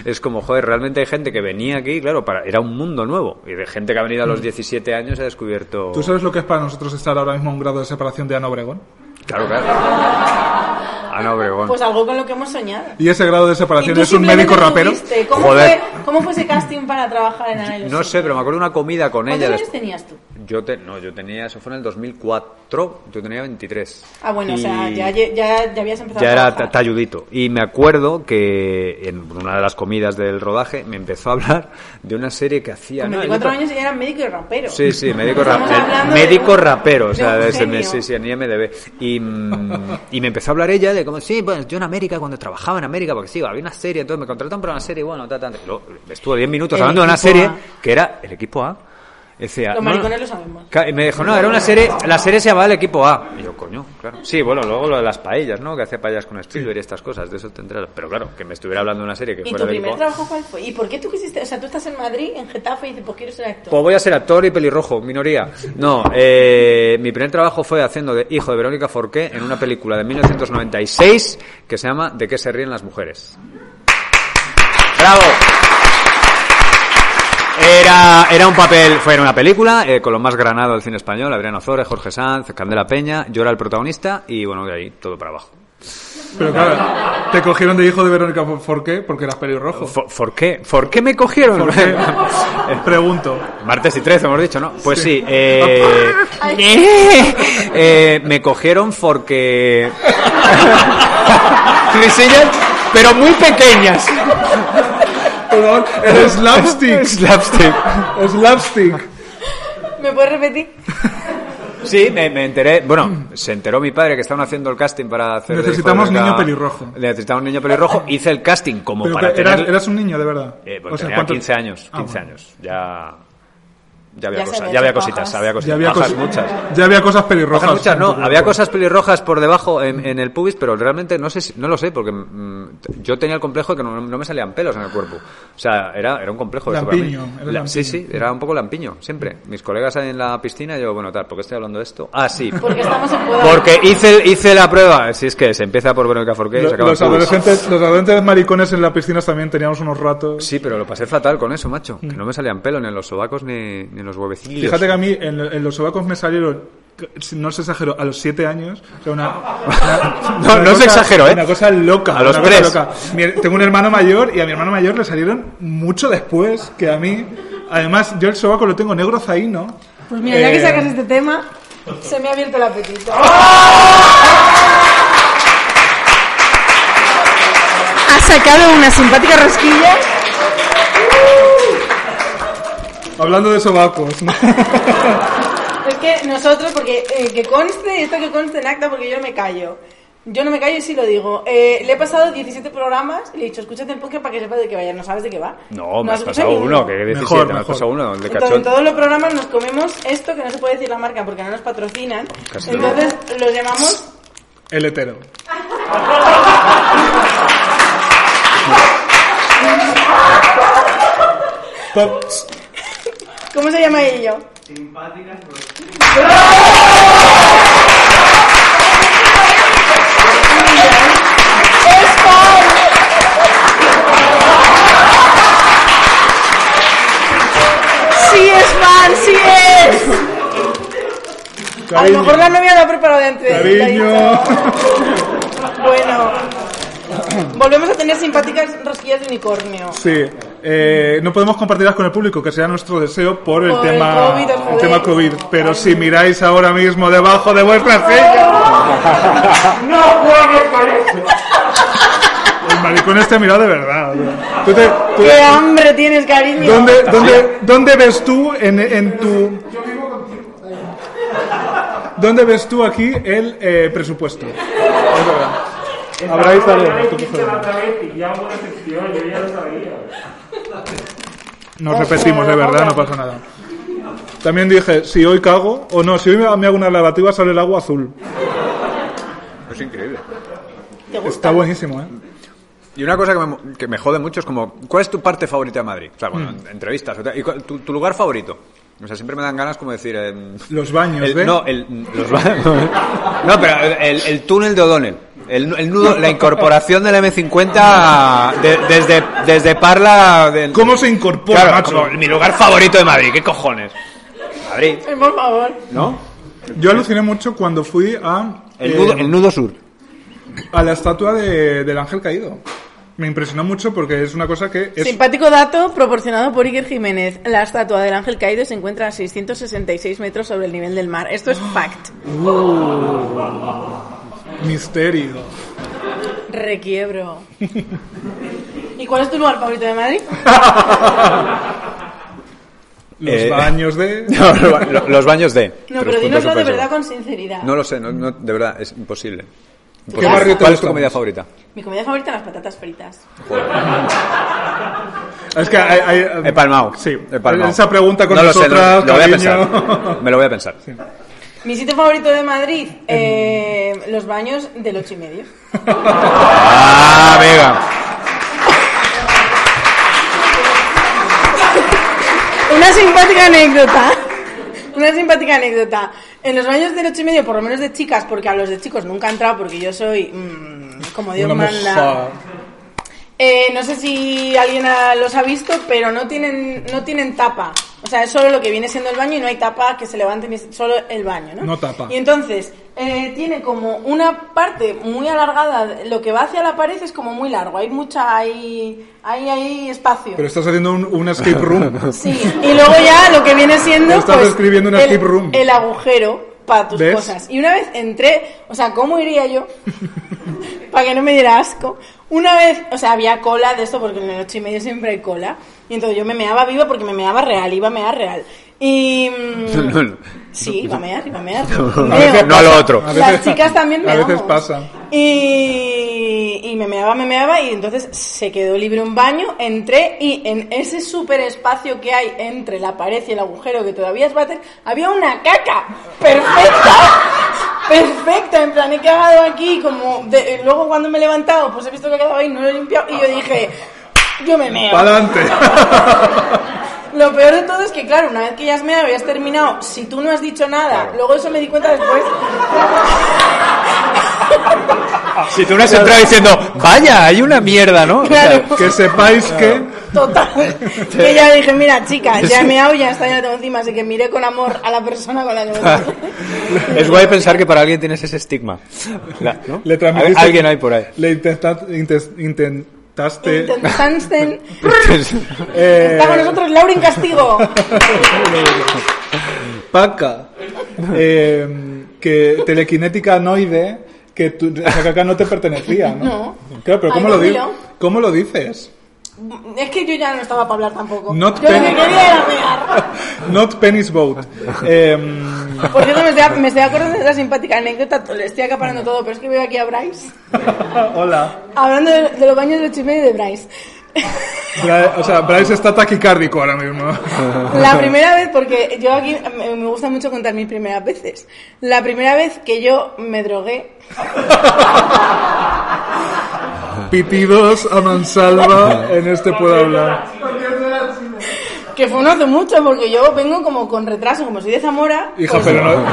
C: es como, joder, realmente hay gente que venía aquí, claro, para, era un mundo nuevo. Y de gente que ha venido a los 17 años y ha descubierto...
A: ¿Tú sabes lo que es para nosotros estar ahora mismo a un grado de separación de Ana Obregón?
C: Claro, Ah, claro. Ana Obregón.
B: Pues algo con lo que hemos soñado.
A: Y ese grado de
B: Y
A: separación
B: tú
A: es un
B: simplemente
A: médico rapero.
B: tuviste. Pues, eh, ¿Cómo,
C: Joder.
B: Fue, ¿Cómo fue ese casting para trabajar en Ana Ilusión?
C: No sé, pero me acuerdo de una comida con
B: ¿Cuántos
C: ella.
B: años
C: después.
B: tenías tú?
C: Yo te, no, yo tenía, eso fue en el 2004, yo tenía 23.
B: Ah, bueno, o
C: Y-
B: sea, ya, ya, ya habías empezado
C: Ya
B: a
C: era
B: trabajar.
C: ta- talludito. Y me acuerdo que en una de las comidas del rodaje me empezó a hablar de una serie que hacía...
B: Con
C: ¿no?
B: 24
C: Yo-
B: años ya eras médico y rapero.
C: Sí, sí, médico,
B: Estamos
C: rapero.
B: hablando
C: médico
B: de-
C: rapero, o
B: de
C: sea,
B: un
C: de ese
B: genio.
C: mes, sí, sí, en IMDB. Y, mm, y me empezó a hablar ella de como, sí, pues yo en América, cuando trabajaba en América, porque sí, había una serie, entonces me contrataron para una serie, bueno, tal, tal. Luego, estuvo 10 minutos
B: El
C: hablando de una
B: equipo
C: serie
B: A.
C: que era el equipo A. Decía,
B: Los
C: no,
B: maricones lo sabemos.
C: Ca- Y me dijo, no, era una serie, la serie se llamaba El Equipo A. Y yo, coño, claro. Sí, bueno, luego lo de las paellas, ¿no? Que hacía paellas con Spielberg y estas cosas, de eso tendrá. Pero claro, que me estuviera hablando de una serie que
B: ¿Y
C: fuera
B: tu
C: del
B: primer
C: Equipo A.
B: trabajo cuál fue? ¿Y por qué tú quisiste? O sea, tú estás en Madrid, en Getafe, y dices, pues quiero ser actor.
C: Pues voy a ser actor y pelirrojo, minoría. No, eh, mi primer trabajo fue haciendo de hijo de Verónica Forqué en una película de 1996 que se llama ¿De qué se ríen las mujeres? ¡Bravo! Era, era un papel, fue en una película, eh, con lo más granado del cine español, Adrián Ozores, Jorge Sanz, Candela Peña, yo era el protagonista y bueno, de ahí todo para abajo.
A: Pero claro, te cogieron de hijo de Verónica For- Forqué porque eras pelirrojo.
C: For- Forqué, ¿Por qué me cogieron?
A: Forqué. Pregunto.
C: Martes y 13, hemos dicho, ¿no? Pues sí, eh,
B: Ay.
C: eh, eh, me cogieron porque... Crisillas, pero muy pequeñas.
A: perdón, el slapstick.
C: Slapstick.
A: slapstick.
B: ¿Me puedes repetir?
C: Sí, me, me enteré. Bueno, se enteró mi padre que estaban haciendo el casting para hacer. de
A: Necesitamos
C: Fábrica-
A: niño pelirrojo.
C: Necesitamos niño pelirrojo. Hice el casting como
A: Pero
C: para
A: que eras,
C: tener.
A: eras un niño, de verdad.
C: Eh, bueno,
A: O sea,
C: tenía
A: ¿cuánto-
C: 15 años.
A: Ah,
C: 15
A: bueno.
C: años. Ya. Ya había
D: Ya se
C: cosas.
D: había
C: Ya había
D: hecho
C: cositas.
D: pajas.
C: Había
A: Ya
C: cositas.
A: había,
C: Pajas
A: cosas-
C: muchas.
A: ya había cosas
C: Pajas
A: pelirrojas. Pues,
C: muchas,
A: en
C: no.
A: tu
C: Había
A: cuerpo.
C: cosas pelirrojas por debajo en, en el pubis, pero realmente no sé si- no lo sé, porque mm, yo tenía el complejo de que no, no me salían pelos en el cuerpo. O sea, era, era un complejo. esto para mí.
A: Lampiño, era
C: La- sí,
A: lampiño.
C: sí, era un poco lampiño, siempre. Mis colegas en la piscina, yo, bueno, tal, ¿por qué estoy hablando de esto? Ah, sí.
B: Porque estamos en boda.
C: Porque hice, hice la prueba. Si es que se empieza por Verónica Forqué y
A: Lo-
C: se acaba
A: Los
C: en pubis.
A: adolescentes, los adolescentes maricones en las piscinas también teníamos unos ratos.
C: Sí, pero lo pasé fatal con eso, macho. Que no me salían pelos ni en los sobacos ni, ni en los huevecillos.
A: Mm. Fíjate que a mí en, en los sobacos me salieron, si no se exagero, a los 7 años. o sea, una, una-
C: No, no se exagero, ¿eh?
A: Una cosa loca.
C: A los
A: una cosa
C: tres.
A: loca. Mi- tengo un hermano mayor y a mi hermano mayor le salieron mucho después que a mí. Además, yo el sobaco lo tengo negro zaino.
B: Pues mira, ya que
A: Eh,
B: sacas este tema, se me ha abierto el apetito.
C: ¡Oh!
D: Ha sacado unas simpáticas rosquillas.
A: Hablando de sobacos. ¿no?
B: Es que nosotros, porque eh, que conste, y esto que conste en acta, porque yo no me callo. Yo no me callo y sí lo digo. Eh, le he pasado 17 programas y le he dicho, escúchate el podcast para que sepas de qué vaya. No sabes de qué va.
C: No, me
B: has
C: has
B: escuchado
C: pasado
B: ninguno.
C: uno, que 17,
A: Mejor,
C: me has
A: mejor.
C: pasado uno, el de
B: Entonces, en
C: cachón.
B: todos los programas nos comemos esto que no se puede decir la marca porque no nos patrocinan.
C: Casi
B: Entonces los llamamos.
A: El hetero. Pop.
B: ¿Cómo se llama ello?
D: Sí es fan, sí es.
B: A lo
A: Cariño.
B: mejor la novia lo ha preparado antes. y
A: Cariño.
B: le ha dicho, Bueno. Volvemos a tener simpáticas rosquillas de unicornio.
A: Sí, eh, no podemos compartirlas con el público, que sea nuestro deseo por el
B: Por el
A: tema
B: COVID, el
A: el tema
B: COVID.
A: COVID. Pero si miráis ahora mismo debajo de vuestra ceja, el maricón este ha mirado de verdad. tío. Tú te- tú-
B: ¡Qué hambre tienes, cariño!
A: ¿dónde, dónde, dónde ves tú en, en tu... ¿Dónde ves tú aquí el eh, presupuesto? Es verdad. Habráis dado- Nos repetimos, de verdad, no pasa nada. También dije, si hoy cago, o no, si hoy me me hago una lavativa sale el agua azul.
C: Es increíble.
B: ¿Te gusta?
A: Está buenísimo, ¿eh?
C: Y una cosa que me, que me jode mucho es como, ¿cuál es tu parte favorita de Madrid? O sea, bueno,
A: Hmm.
C: entrevistas. o tal. ¿Y cuál- tu, tu lugar favorito? O sea, siempre me dan ganas como decir... em,
A: Los baños,
C: el-
A: ¿ves?
C: No, el, los ba- no, pero el, el túnel de O'Donnell. El, nu- el nudo, la incorporación del M50 a- de- desde, desde Parla... de-
A: ¿Cómo se incorpora,
C: Claro,
A: macho?
C: como mi lugar favorito de Madrid. ¿Qué cojones? Madrid,
B: Ay, Por favor.
C: ¿no?
A: Yo aluciné mucho cuando fui a,
C: El
A: eh,
C: nudo, el nudo sur.
A: a la estatua de- del ángel caído. Me impresionó mucho porque es una cosa que es
B: Simpático dato proporcionado por Iker Jiménez. La estatua del ángel caído se encuentra a 666 metros sobre el nivel del mar. Esto es fact.
A: misterio.
B: Requiebro. ¿Y cuál es tu lugar favorito de Madrid?
A: Los
C: Eh.
A: baños de...
C: No, lo- lo- los baños de...
B: No,
C: Tres
B: pero
C: puntos
B: dínoslo de
C: suspensivos.
B: verdad con sinceridad.
C: No lo sé, no, no, de verdad, es imposible.
A: ¿Qué
C: Imposible.
A: barrio te
C: ¿Cuál es
A: gusta
C: tu comida
A: más?
C: favorita?
B: Mi comida favorita las patatas fritas.
A: Es que hay... hay-
C: He palmao.
A: Sí.
C: He palmao.
A: Esa pregunta con
C: No lo sé,
A: nosotras,
C: no- lo voy a
A: cariño.
C: pensar. Me lo voy a pensar.
B: Mi sitio favorito de Madrid, eh, los baños del ocho y medio.
C: Ah, venga.
B: Una simpática anécdota. Una simpática anécdota. En los baños del ocho y medio, por lo menos de chicas, porque a los de chicos nunca he entrado, porque yo soy mm, como Dios
A: Una
B: manda.
A: mujer.
B: Eh, no sé si alguien ah, los ha visto, pero no tienen, no tienen tapa. O sea, es solo lo que viene siendo el baño y no hay tapa que se levante, ni se- solo el baño, ¿no?
A: No tapa.
B: Y entonces, eh, tiene como una parte muy alargada, lo que va hacia la pared es como muy largo, hay mucha, hay, hay, hay espacio.
A: Pero estás haciendo un, un escape room.
B: Sí, y luego ya lo que viene siendo.
A: Estás
B: pues,
A: describiendo una
B: el,
A: escape room.
B: El agujero para tus
A: ¿Ves?
B: cosas. Y una vez entré, o sea, ¿cómo iría yo? para que no me diera asco. Una vez, o sea, había cola de esto porque en el ocho y medio siempre hay cola. Y entonces yo me meaba viva porque me meaba real, iba a mear real. Y. mm,
C: No, no.
B: Sí, iba a mear, iba a mear.
C: A veces no a lo otro.
A: A
B: Las
A: veces-
B: chicas también me
A: a veces pasa.
B: Y, y me meaba, me meaba, y entonces se quedó libre un baño, entré y en ese súper espacio que hay entre la pared y el agujero que todavía es váter, había una caca perfecta. Perfecta, en plan he cagado aquí, como de- eh, luego cuando me he levantado, pues he visto que he quedado ahí, no lo he limpiado, y yo dije, yo me meo.
A: Para adelante.
B: Lo peor de todo es que, claro, una vez que ya has meado, habías terminado, si tú no has dicho nada, luego eso me di cuenta después,
C: Si tú no has entrado diciendo, vaya, hay una mierda, ¿no? O sea,
B: Claro.
A: Que sepáis que
B: Total. Que ya dije, mira, chica, ya me hago, ya está, ya la tengo encima, así que miré con amor a la persona con la que me
C: es guay pensar que para alguien tienes ese estigma. ¿no?
A: le transmitiste...
C: Al- Alguien hay por ahí.
A: Le intenta- intes- intentaste...
B: Intentan- Sansten.
A: eh,
B: Está con nosotros Lauren Castigo.
A: Paca. Eh, que telequinética anoide, que tú, esa caca no te pertenecía, ¿no?
B: No.
A: Claro, pero
B: Ay,
A: ¿cómo lo, di-
B: dímelo.
A: ¿cómo lo dices?
B: Es que yo ya no estaba para hablar tampoco.
A: No
B: yo
A: te-
B: lo que quería era mear.
A: Not penis boat. Em,
B: Por cierto, me estoy, me estoy acordando de esa simpática anécdota, le estoy acaparando todo, pero es que veo aquí a Bryce.
A: hola.
B: Hablando de, de los baños del chisme de Bryce.
A: Bra- O sea, Bryce está taquicárdico ahora mismo.
B: La primera vez, porque yo aquí me me gusta mucho contar mis primeras veces. La primera vez que yo me drogué
A: Pitidos a mansalva en este puedo hablar.
B: Que fue no hace mucho, porque yo vengo como con retraso, como soy de Zamora.
A: Hija,
B: pues-
A: pero no.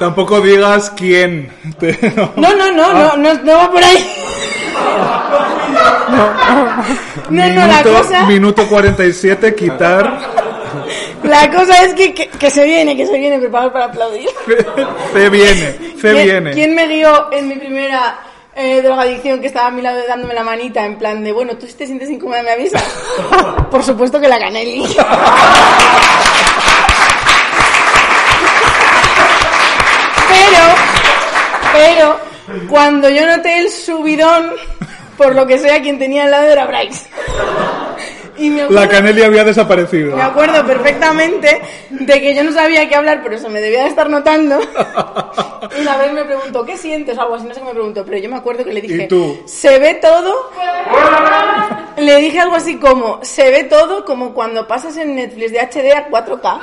A: Tampoco digas quién. Te- no.
B: No, no, no, no, no, no va por ahí. No, no, la
A: Minuto-
B: cosa,
A: Minuto 47, quitar.
B: la cosa es que, que, que se viene, que se viene, preparado para aplaudir.
A: Se viene, se
B: ¿Quién-
A: viene.
B: ¿Quién me guió en mi primera eh, drogadicción que estaba a mi lado dándome la manita en plan de, bueno, tú si te sientes incómoda me avisas? Por supuesto que la Canelli. pero, pero, cuando yo noté el subidón, por lo que sea, quien tenía al lado era Bryce. Y me
A: La
B: acuerdo-
A: Canelli había desaparecido.
B: me acuerdo perfectamente de que yo no sabía qué hablar, pero se me debía de estar notando. Y una vez me preguntó, ¿qué sientes? O algo así, no sé qué me preguntó, pero yo me acuerdo que le dije,
A: ¿Y tú?
B: ¿se ve todo? Le dije algo así como, se ve todo como cuando pasas en Netflix de HD a 4K.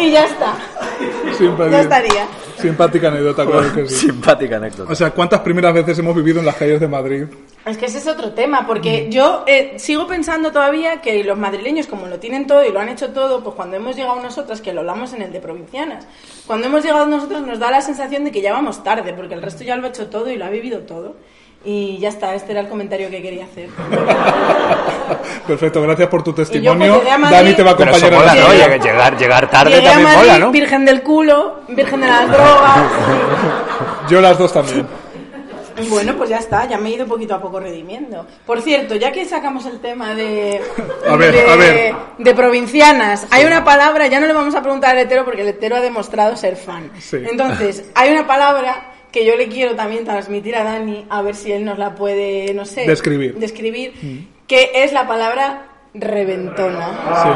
B: Y ya está.
A: Simpática.
B: Ya estaría.
A: Simpática anécdota, claro que sí.
C: Simpática anécdota.
A: O sea, ¿cuántas primeras veces hemos vivido en las calles de Madrid?
B: Es que ese es otro tema,
C: Mm.
B: porque yo eh, sigo pensando todavía que los madrileños, como lo tienen todo y lo han hecho todo, pues cuando hemos llegado nosotras, que lo hablamos en el de provincianas, cuando hemos llegado nosotros nos da la sensación de que ya vamos tarde, porque el resto ya lo ha hecho todo y lo ha vivido todo. Y ya está, este era el comentario que quería hacer.
A: Perfecto, gracias por tu
B: Y yo,
A: testimonio.
B: pues, llegué a Madrid-
A: Dani te va a
C: Pero eso
A: acompañar a
C: mola,
A: la
C: ¿no?
B: Llegué-
C: Llega- Llegar, llegar tarde
B: Llegué a
C: también
B: Madrid,
C: mola, ¿no?
B: virgen del culo, virgen de las drogas.
A: Yo las dos también.
B: Bueno, pues ya está, ya me he ido poquito a poco redimiendo. Por cierto, ya que sacamos el tema de.
A: A ver,
B: de,
A: a ver.
B: de provincianas, hay una palabra, ya no le vamos a preguntar al hetero porque el hetero ha demostrado ser fan.
A: Sí.
B: Entonces, hay una palabra que yo le quiero también transmitir a Dani, a ver si él nos la puede, no sé.
A: Describir. Mm.
B: Describir, que es la palabra reventona.
A: Sí.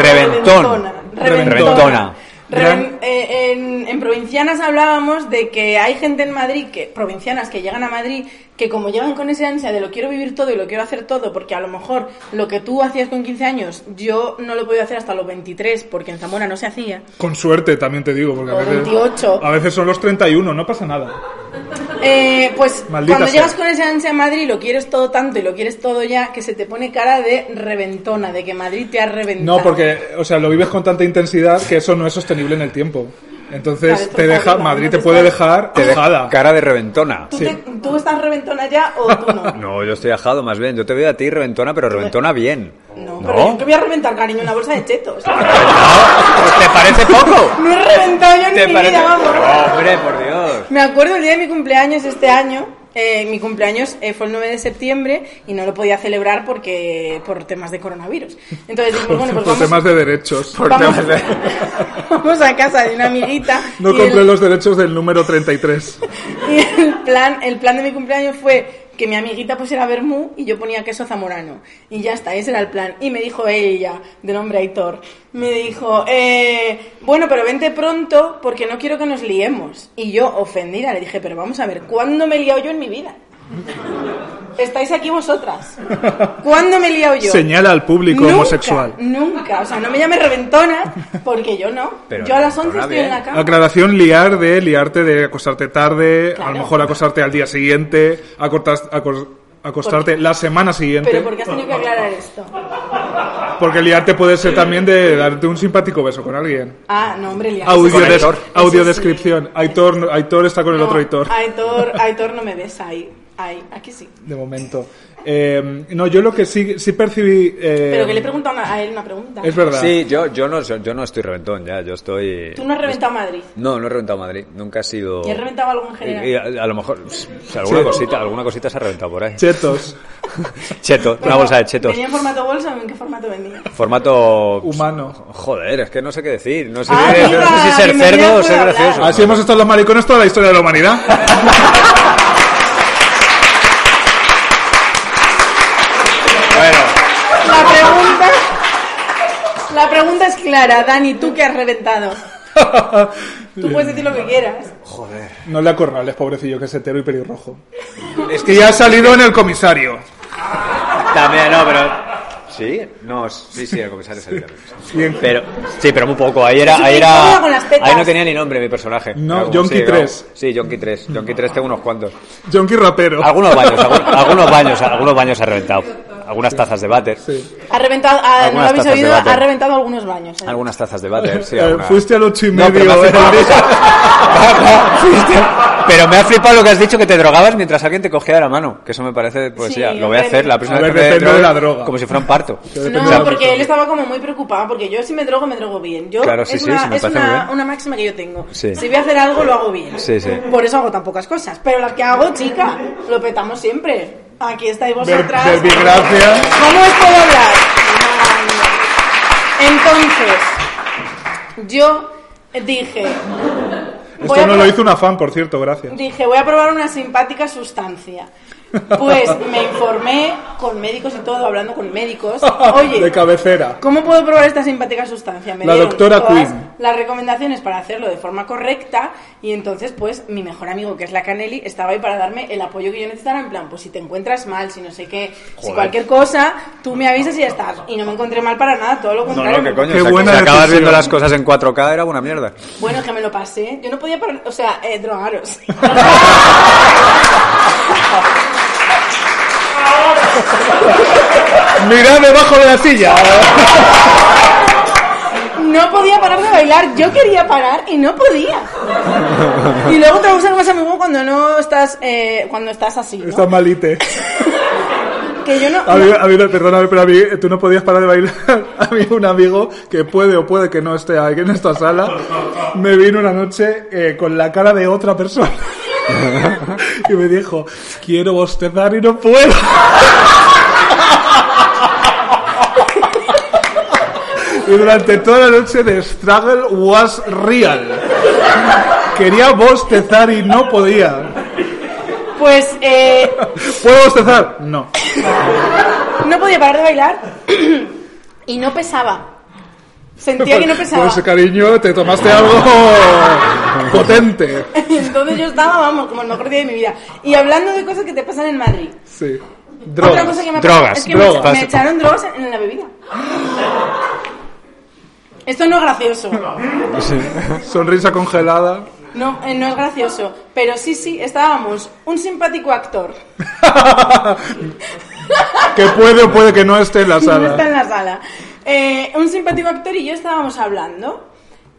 C: Reventón.
B: Reventona.
C: Reventona.
B: Reven- eh, en, en provincianas hablábamos de que hay gente en Madrid, que provincianas que llegan a Madrid, que como llegan con esa ansia de lo quiero vivir todo y lo quiero hacer todo, porque a lo mejor lo que tú hacías con 15 años, yo no lo he podido hacer hasta los 23, porque en Zamora no se hacía.
A: Con suerte, también te digo, porque a
B: O
A: veces,
B: 28.
A: a veces son los 31, no pasa nada.
B: Eh, pues
A: Maldita
B: cuando
A: sea.
B: llegas con esa ansia a Madrid, lo quieres todo tanto y lo quieres todo ya, que se te pone cara de reventona, de que Madrid te ha reventado.
A: No, porque, o sea, lo vives con tanta intensidad que eso no es sostenible en el tiempo. Entonces,
B: Claro,
A: te
B: por
A: deja,
B: favor,
A: Madrid
B: no
A: te
B: te
A: puede
B: estás-
A: dejar
C: Te deja
A: dejada.
C: Cara de reventona.
B: ¿Tú,
A: sí.
B: te- ¿Tú estás reventona ya o tú no?
C: No, yo estoy ajado más bien. Yo te veo a ti reventona, pero reventona bien.
B: No, pero yo que voy a reventar, cariño, una bolsa de chetos.
C: Ah, ¿Te parece poco?
B: No he reventado yo
C: ¿Te
B: en mi
C: parece?
B: vida, vamos.
C: No, hombre, por Dios.
B: Me acuerdo el día de mi cumpleaños este año. eh, mi cumpleaños eh, fue el 9 de septiembre y no lo podía celebrar porque por temas de coronavirus. Entonces dijimos, bueno, pues
A: Por
B: vamos,
A: temas de derechos.
B: vamos, vamos a casa de una amiguita.
A: No
B: y
A: compré
B: el-
A: los derechos del número 33.
B: Y el plan, el plan de mi cumpleaños fue que mi amiguita pusiera vermú y yo ponía queso zamorano. Y ya está, ese era el plan. Y me dijo ella, de nombre Aitor, me dijo, eh, bueno, pero vente pronto porque no quiero que nos liemos. Y yo, ofendida, le dije, pero vamos a ver, ¿cuándo me he liado yo en mi vida? Estáis aquí vosotras. ¿Cuándo me he liado yo?
E: Señala al público
B: Nunca,
E: homosexual.
B: Nunca, o sea, no me llames reventona porque yo no.
C: Pero
B: yo a las 11
C: reventona
B: estoy
C: bien.
B: en la cama.
A: Aclaración, liar de liarte de acostarte tarde, a
B: Claro.
A: lo mejor acostarte al día siguiente, acortas- acor- acostarte la semana siguiente.
B: Pero ¿por qué has tenido que aclarar esto?
A: Porque liarte puede ser también de darte un simpático beso con alguien.
B: Ah, no, hombre, liar.
A: Audio,
C: Con
A: des-
C: Aitor.
A: audiodescripción. Aitor, Aitor está con el
B: No,
A: otro Aitor.
B: Aitor. Aitor no me besa ahí. Ahí, aquí sí.
A: De momento. Eh, no, yo lo que sí, sí percibí. eh,
B: Pero que le he preguntado una- a él una pregunta.
A: Es verdad.
C: Sí, yo, yo, no, yo no estoy reventón ya, yo estoy...
B: Tú no has reventado Madrid.
C: No, no he reventado Madrid, nunca he sido...
B: ¿Y has reventado algo en general?
C: Y- y a, a lo mejor, pss, alguna, cosita, alguna cosita se ha reventado por ahí.
A: Chetos.
C: Cheto, una
B: Bueno,
C: bolsa de chetos.
B: Pues ¿Venía en formato bolsa o en qué formato venía?
C: Formato...
A: Humano.
C: Joder, es que no sé qué decir. No sé,
B: Ah,
C: qué- no
B: venga,
C: sé si ser
B: bienvenida
C: cerdo o
B: por
C: ser
B: hablar.
C: gracioso.
A: Así hemos estado los maricones toda la historia de la humanidad.
C: Bueno,
B: La pregunta... La pregunta es clara, Dani, ¿tú qué has reventado? Tú puedes decir lo que quieras.
A: No le acorrales, pobrecillo, que es hetero y pelirrojo. Es que ya ha salido en el comisario.
C: también no, pero... ¿Sí? No, sí, sí, el comisario es el
A: Bien.
C: Pero, sí, pero muy poco. Ahí era,
B: Sí,
C: ahí
B: incómoda
C: era,
B: con las tetas.
C: ahí no tenía ni nombre mi personaje.
A: No,
C: Era como,
A: Yonki
C: sí, era-
A: tres.
C: Sí, Yonki 3. Yonki 3 tengo unos cuantos.
A: Jonky rapero.
C: Algunos baños, algunos, algunos baños, algunos baños ha reventado. Algunas tazas de váter.
B: Ha reventado, ah, no lo
C: Algunas
B: habéis
C: tazas de
B: oído,
C: váter.
B: ha reventado algunos baños. ¿eh?
C: Algunas tazas de váter, sí,
A: Eh,
C: alguna-
A: fuiste al ocho y
C: No, pero
A: medio,
C: me ha flipado
A: ¿eh?
C: lo que has dicho. Fuiste- Pero me ha flipado lo que has dicho que te drogabas mientras alguien te cogía de la mano, que eso me parece poesía.
B: Sí,
C: lo voy a
B: hombre.
C: hacer la próxima
A: A
C: vez
A: ver,
C: que me
A: depende de la
C: drogue,
A: droga.
C: como si fuera un parto.
B: No, porque él estaba como muy preocupado, porque yo si me drogo, me drogo bien. Yo,
C: Claro, sí,
B: es
C: sí,
B: una,
C: sí, me
B: es
C: parece
B: una-
C: muy bien.
B: una máxima que yo tengo.
C: Sí.
B: Si voy a hacer algo, lo hago bien.
C: Sí, sí.
B: Por eso hago tan pocas cosas. Pero las que hago, chica, lo petamos siempre. Aquí estáis
A: gracias.
B: vosotras. ¿Cómo os puedo hablar? Entonces, yo dije... voy
A: Esto no
B: a
A: lo
B: probar-
A: hizo una fan, por cierto, gracias.
B: Dije, voy a probar una simpática sustancia. Pues me informé con médicos y todo, hablando con médicos. Oye,
A: De cabecera.
B: ¿Cómo puedo probar esta simpática sustancia? Me
A: La
B: dieron
A: doctora
B: todas
A: Quinn.
B: Las recomendaciones para hacerlo de forma correcta y entonces pues mi mejor amigo que es la Canelli estaba ahí para darme el apoyo que yo necesitara en plan, pues si te encuentras mal, si no sé qué, si cualquier cosa, tú me avisas y ya está. Y no me encontré mal para nada, todo lo
C: No,
B: contrario.
C: no, que coño,
A: Qué
C: o sea,
A: buena
C: si acabas
A: decisión.
C: viendo las cosas en 4K era buena mierda.
B: Bueno, que me lo pasé. Yo no podía parar, o sea, eh, drogaros.
A: Mirad debajo de la silla.
B: No podía parar de bailar, yo quería parar y no podía. Y luego te gusta más amigo cuando no estás, eh, cuando estás así, ¿no?
A: Está malite.
B: Que yo no...
A: A mí, a mí, perdóname, pero a mí eh, tú no podías parar de bailar. A mí un amigo que puede o puede que no esté aquí en esta sala me vino una noche eh, con la cara de otra persona y me dijo quiero bostezar y no puedo. Y durante toda la noche de Struggle was real. Quería bostezar y no podía.
B: Pues eh,
A: ¿Puedo bostezar? No.
B: no podía parar de bailar y no pesaba. Sentía que no pesaba.
A: Pues cariño, te tomaste algo potente.
B: Entonces yo estaba, vamos, como el mejor día de mi vida. Y hablando de cosas que te pasan en Madrid.
A: Sí.
B: Otra
A: Drogas.
B: cosa que me ha pasado
C: drogas,
B: es que
C: drogas.
B: Me, me echaron drogas en la bebida. Esto no es gracioso.
A: Sonrisa congelada.
B: No, eh, no es gracioso. Pero sí, sí, estábamos un simpático actor.
A: Que puede o puede que no esté en la
B: No está en
A: sala.
B: la sala. Eh, un simpático actor y yo estábamos hablando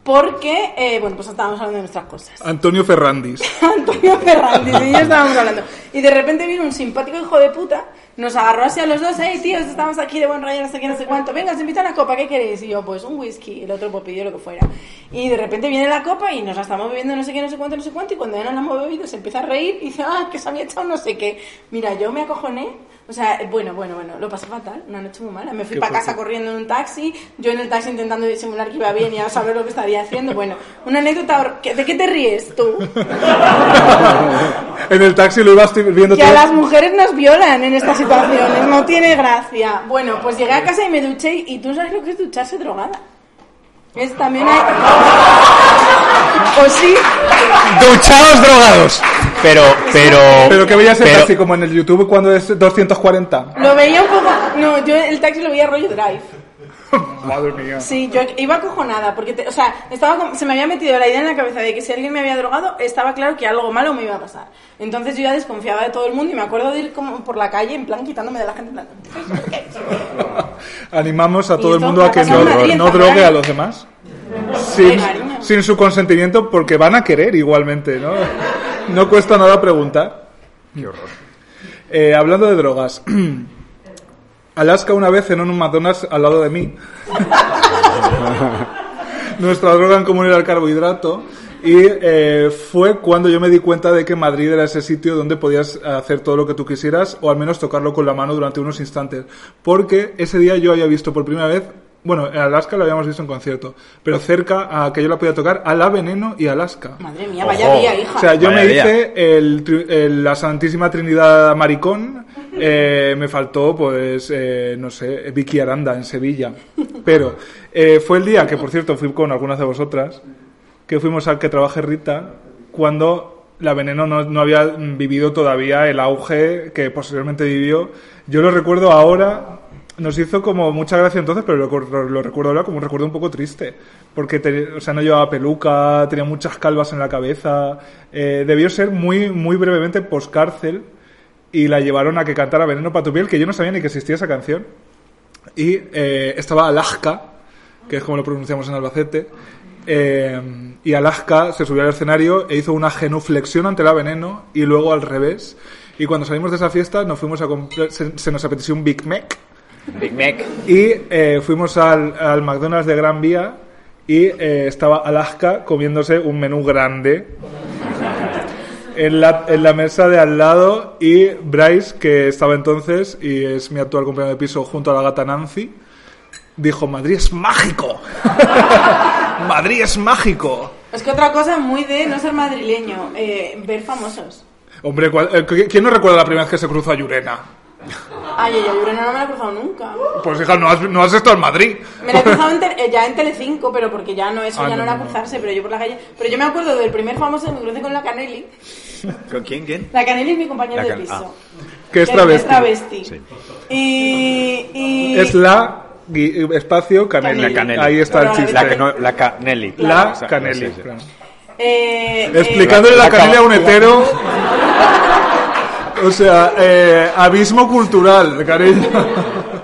B: porque, eh, bueno, pues estábamos hablando de nuestras cosas.
A: Antonio Ferrandis.
B: Antonio Ferrandis y yo estábamos hablando. Y de repente vino un simpático hijo de puta, nos agarró así a los dos, hey tíos, estamos aquí de buen rollo, no sé qué, no sé cuánto, venga, os invito a una copa, ¿qué queréis? Y yo, pues un whisky, el otro pues pidió lo que fuera. Y de repente viene la copa y nos la estamos bebiendo no sé qué, no sé cuánto, no sé cuánto, y cuando ya nos la hemos bebido se empieza a reír y dice, ah, que se había echado no sé qué. Mira, yo me acojoné. O sea, bueno, bueno, bueno, lo pasé fatal, una noche muy mala. Me fui para casa corriendo en un taxi, yo en el taxi intentando disimular que iba bien y a saber lo que estaría haciendo. Bueno, una anécdota. hor- ¿Qué- ¿De qué te ríes tú?
A: En el taxi lo ibas viendo
B: Que a
A: todo.
B: las mujeres nos violan en estas situaciones, no tiene gracia. Bueno, pues llegué a casa y me duché y tú sabes lo que es ducharse drogada. Es también hay... ¿O sí?
C: Duchados drogados. Pero, pero.
A: Pero que veías en
C: pero-
A: taxi como en el YouTube cuando es 240.
B: Lo veía un poco... No, yo el taxi lo veía rollo drive.
A: Madre mía.
B: Sí, yo iba acojonada, porque, te- o sea, estaba como- se me había metido la idea en la cabeza de que si alguien me había drogado, estaba claro que algo malo me iba a pasar. Entonces yo ya desconfiaba de todo el mundo y me acuerdo de ir como por la calle, en plan, quitándome de la gente, en plan,
A: Animamos a
B: Y
A: todo el
B: esto
A: mundo a
B: ha
A: que
B: pasado
A: no,
B: en Madrid,
A: no
B: en Zamora.
A: drogue a los demás. Sin,
B: cariño.
A: sin su consentimiento porque van a querer igualmente, ¿no? No cuesta nada preguntar. Eh, hablando de drogas. Alaska una vez en un McDonald's al lado de mí. Nuestra droga en común era el carbohidrato. Y eh, fue cuando yo me di cuenta de que Madrid era ese sitio donde podías hacer todo lo que tú quisieras o al menos tocarlo con la mano durante unos instantes. Porque ese día yo había visto por primera vez, bueno, en Alaska lo habíamos visto en concierto, pero cerca a que yo la podía tocar a La Veneno y Alaska.
B: madre mía, vaya
C: Ojo.
B: día, hija.
A: O sea, yo
C: Vaya
A: me
C: día.
A: hice el tri- el- la Santísima Trinidad Maricón. eh, me faltó, pues, eh, no sé, Vicky Aranda en Sevilla. Pero eh, fue el día que, por cierto, fui con algunas de vosotras, que fuimos al que trabaje Rita, cuando la Veneno no, no había mm, vivido todavía el auge que posteriormente vivió. Yo lo recuerdo ahora. Nos hizo como mucha gracia entonces, pero lo, lo- lo recuerdo ahora como un recuerdo un poco triste. Porque te- o sea, no llevaba peluca, tenía muchas calvas en la cabeza. eh, debió ser muy, muy brevemente poscárcel y la llevaron a que cantara Veneno para tu piel, que yo no sabía ni que existía esa canción. Y eh, estaba Alaska, que es como lo pronunciamos en Albacete. eh, y Alaska se subió al escenario e hizo una genuflexión ante la veneno y luego al revés. Y cuando salimos de esa fiesta nos fuimos a comprar, se, se nos apeteció un Big Mac
C: Big Mac.
A: y eh, fuimos al, al McDonald's de Gran Vía y eh, estaba Alaska comiéndose un menú grande en la, en la mesa de al lado y Bryce, que estaba entonces y es mi actual compañero de piso junto a la gata Nancy, dijo, Madrid es mágico. Madrid es mágico.
B: Es que otra cosa muy de no ser madrileño, eh, ver famosos.
A: Hombre, ¿cuál- eh, qui- ¿quién no recuerda la primera vez que se cruzó a Yurena?
B: Ay, ay, ay, Urena no me la he cruzado nunca.
A: Pues hija, no has, no has estado en Madrid.
B: Me la he cruzado en tele- eh, ya en Telecinco, pero porque ya no, eso
A: Ah,
B: ya
A: no,
B: no era
A: no, no.
B: cruzarse, pero yo por la calle... Pero yo me acuerdo del primer famoso que me crucé con la Canelli.
C: ¿Con quién? ¿Quién?
B: La Canelli es mi compañera
C: La
B: de
C: Can-
B: piso.
C: ah.
A: Que es
B: Que
A: travesti.
B: travesti.
C: Sí.
B: Y, y-
A: Es la gui- espacio Canelli.
C: La Canelli.
A: Ahí está el
B: La
A: chiste.
C: La, que no- la Canelli.
A: La
C: O sea,
A: Canelli.
C: sí, sí.
A: claro.
B: eh, eh,
A: Explicándole
C: la
A: la Canelli a un
C: cava-
A: hetero. O sea, eh, abismo cultural, Canelli.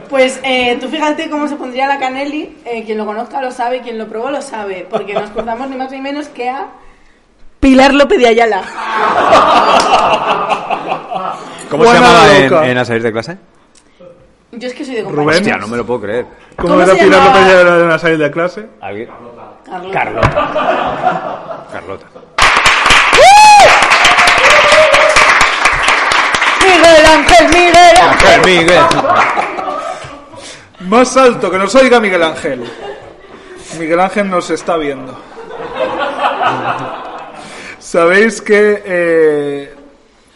B: Pues eh, tú fíjate cómo se pondría la Canelli. eh, quien lo conozca lo sabe, quien lo probó lo sabe. Porque nos cruzamos ni más ni menos que a Pilar López de Ayala.
C: ¿Cómo
A: Buena
C: se llamaba
A: loca.
C: en, en A salir de clase?
B: Yo es que soy de compañía.
A: Rubén.
C: Hostia, no me lo puedo creer.
A: ¿Cómo,
B: ¿Cómo
A: era
B: se
A: Pilar
B: llamaba?
A: López de la- de la salida de clase?
C: ¿Alguien?
B: Carlos.
C: Carlota. Carlota.
D: Miguel Ángel, Miguel Ángel.
C: Miguel.
A: Más alto, que nos oiga Miguel Ángel. Miguel Ángel nos está viendo. Sabéis que eh,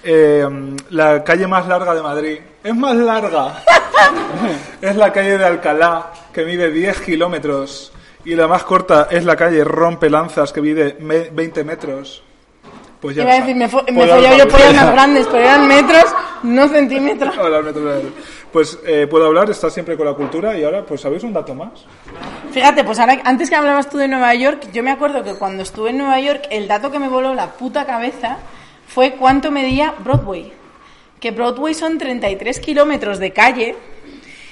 A: eh, la calle más larga de Madrid es más larga. es la calle de Alcalá, que mide 10 kilómetros. Y la más corta es la calle Rompelanzas, que mide me- 20 metros. Pues ya
B: Iba a
A: está.
B: decir, me, fo- me
A: Por
B: follaba yo
A: Alba-
B: pollas más grandes, pero eran metros, no centímetros.
A: Hola, metro de aire. Pues eh, puedo hablar, está siempre con la cultura y ahora, pues ¿sabéis un dato más?
B: Fíjate, pues ahora, antes que hablabas tú de Nueva York, yo me acuerdo que cuando estuve en Nueva York, el dato que me voló la puta cabeza fue cuánto medía Broadway. Que Broadway son 33 kilómetros de calle.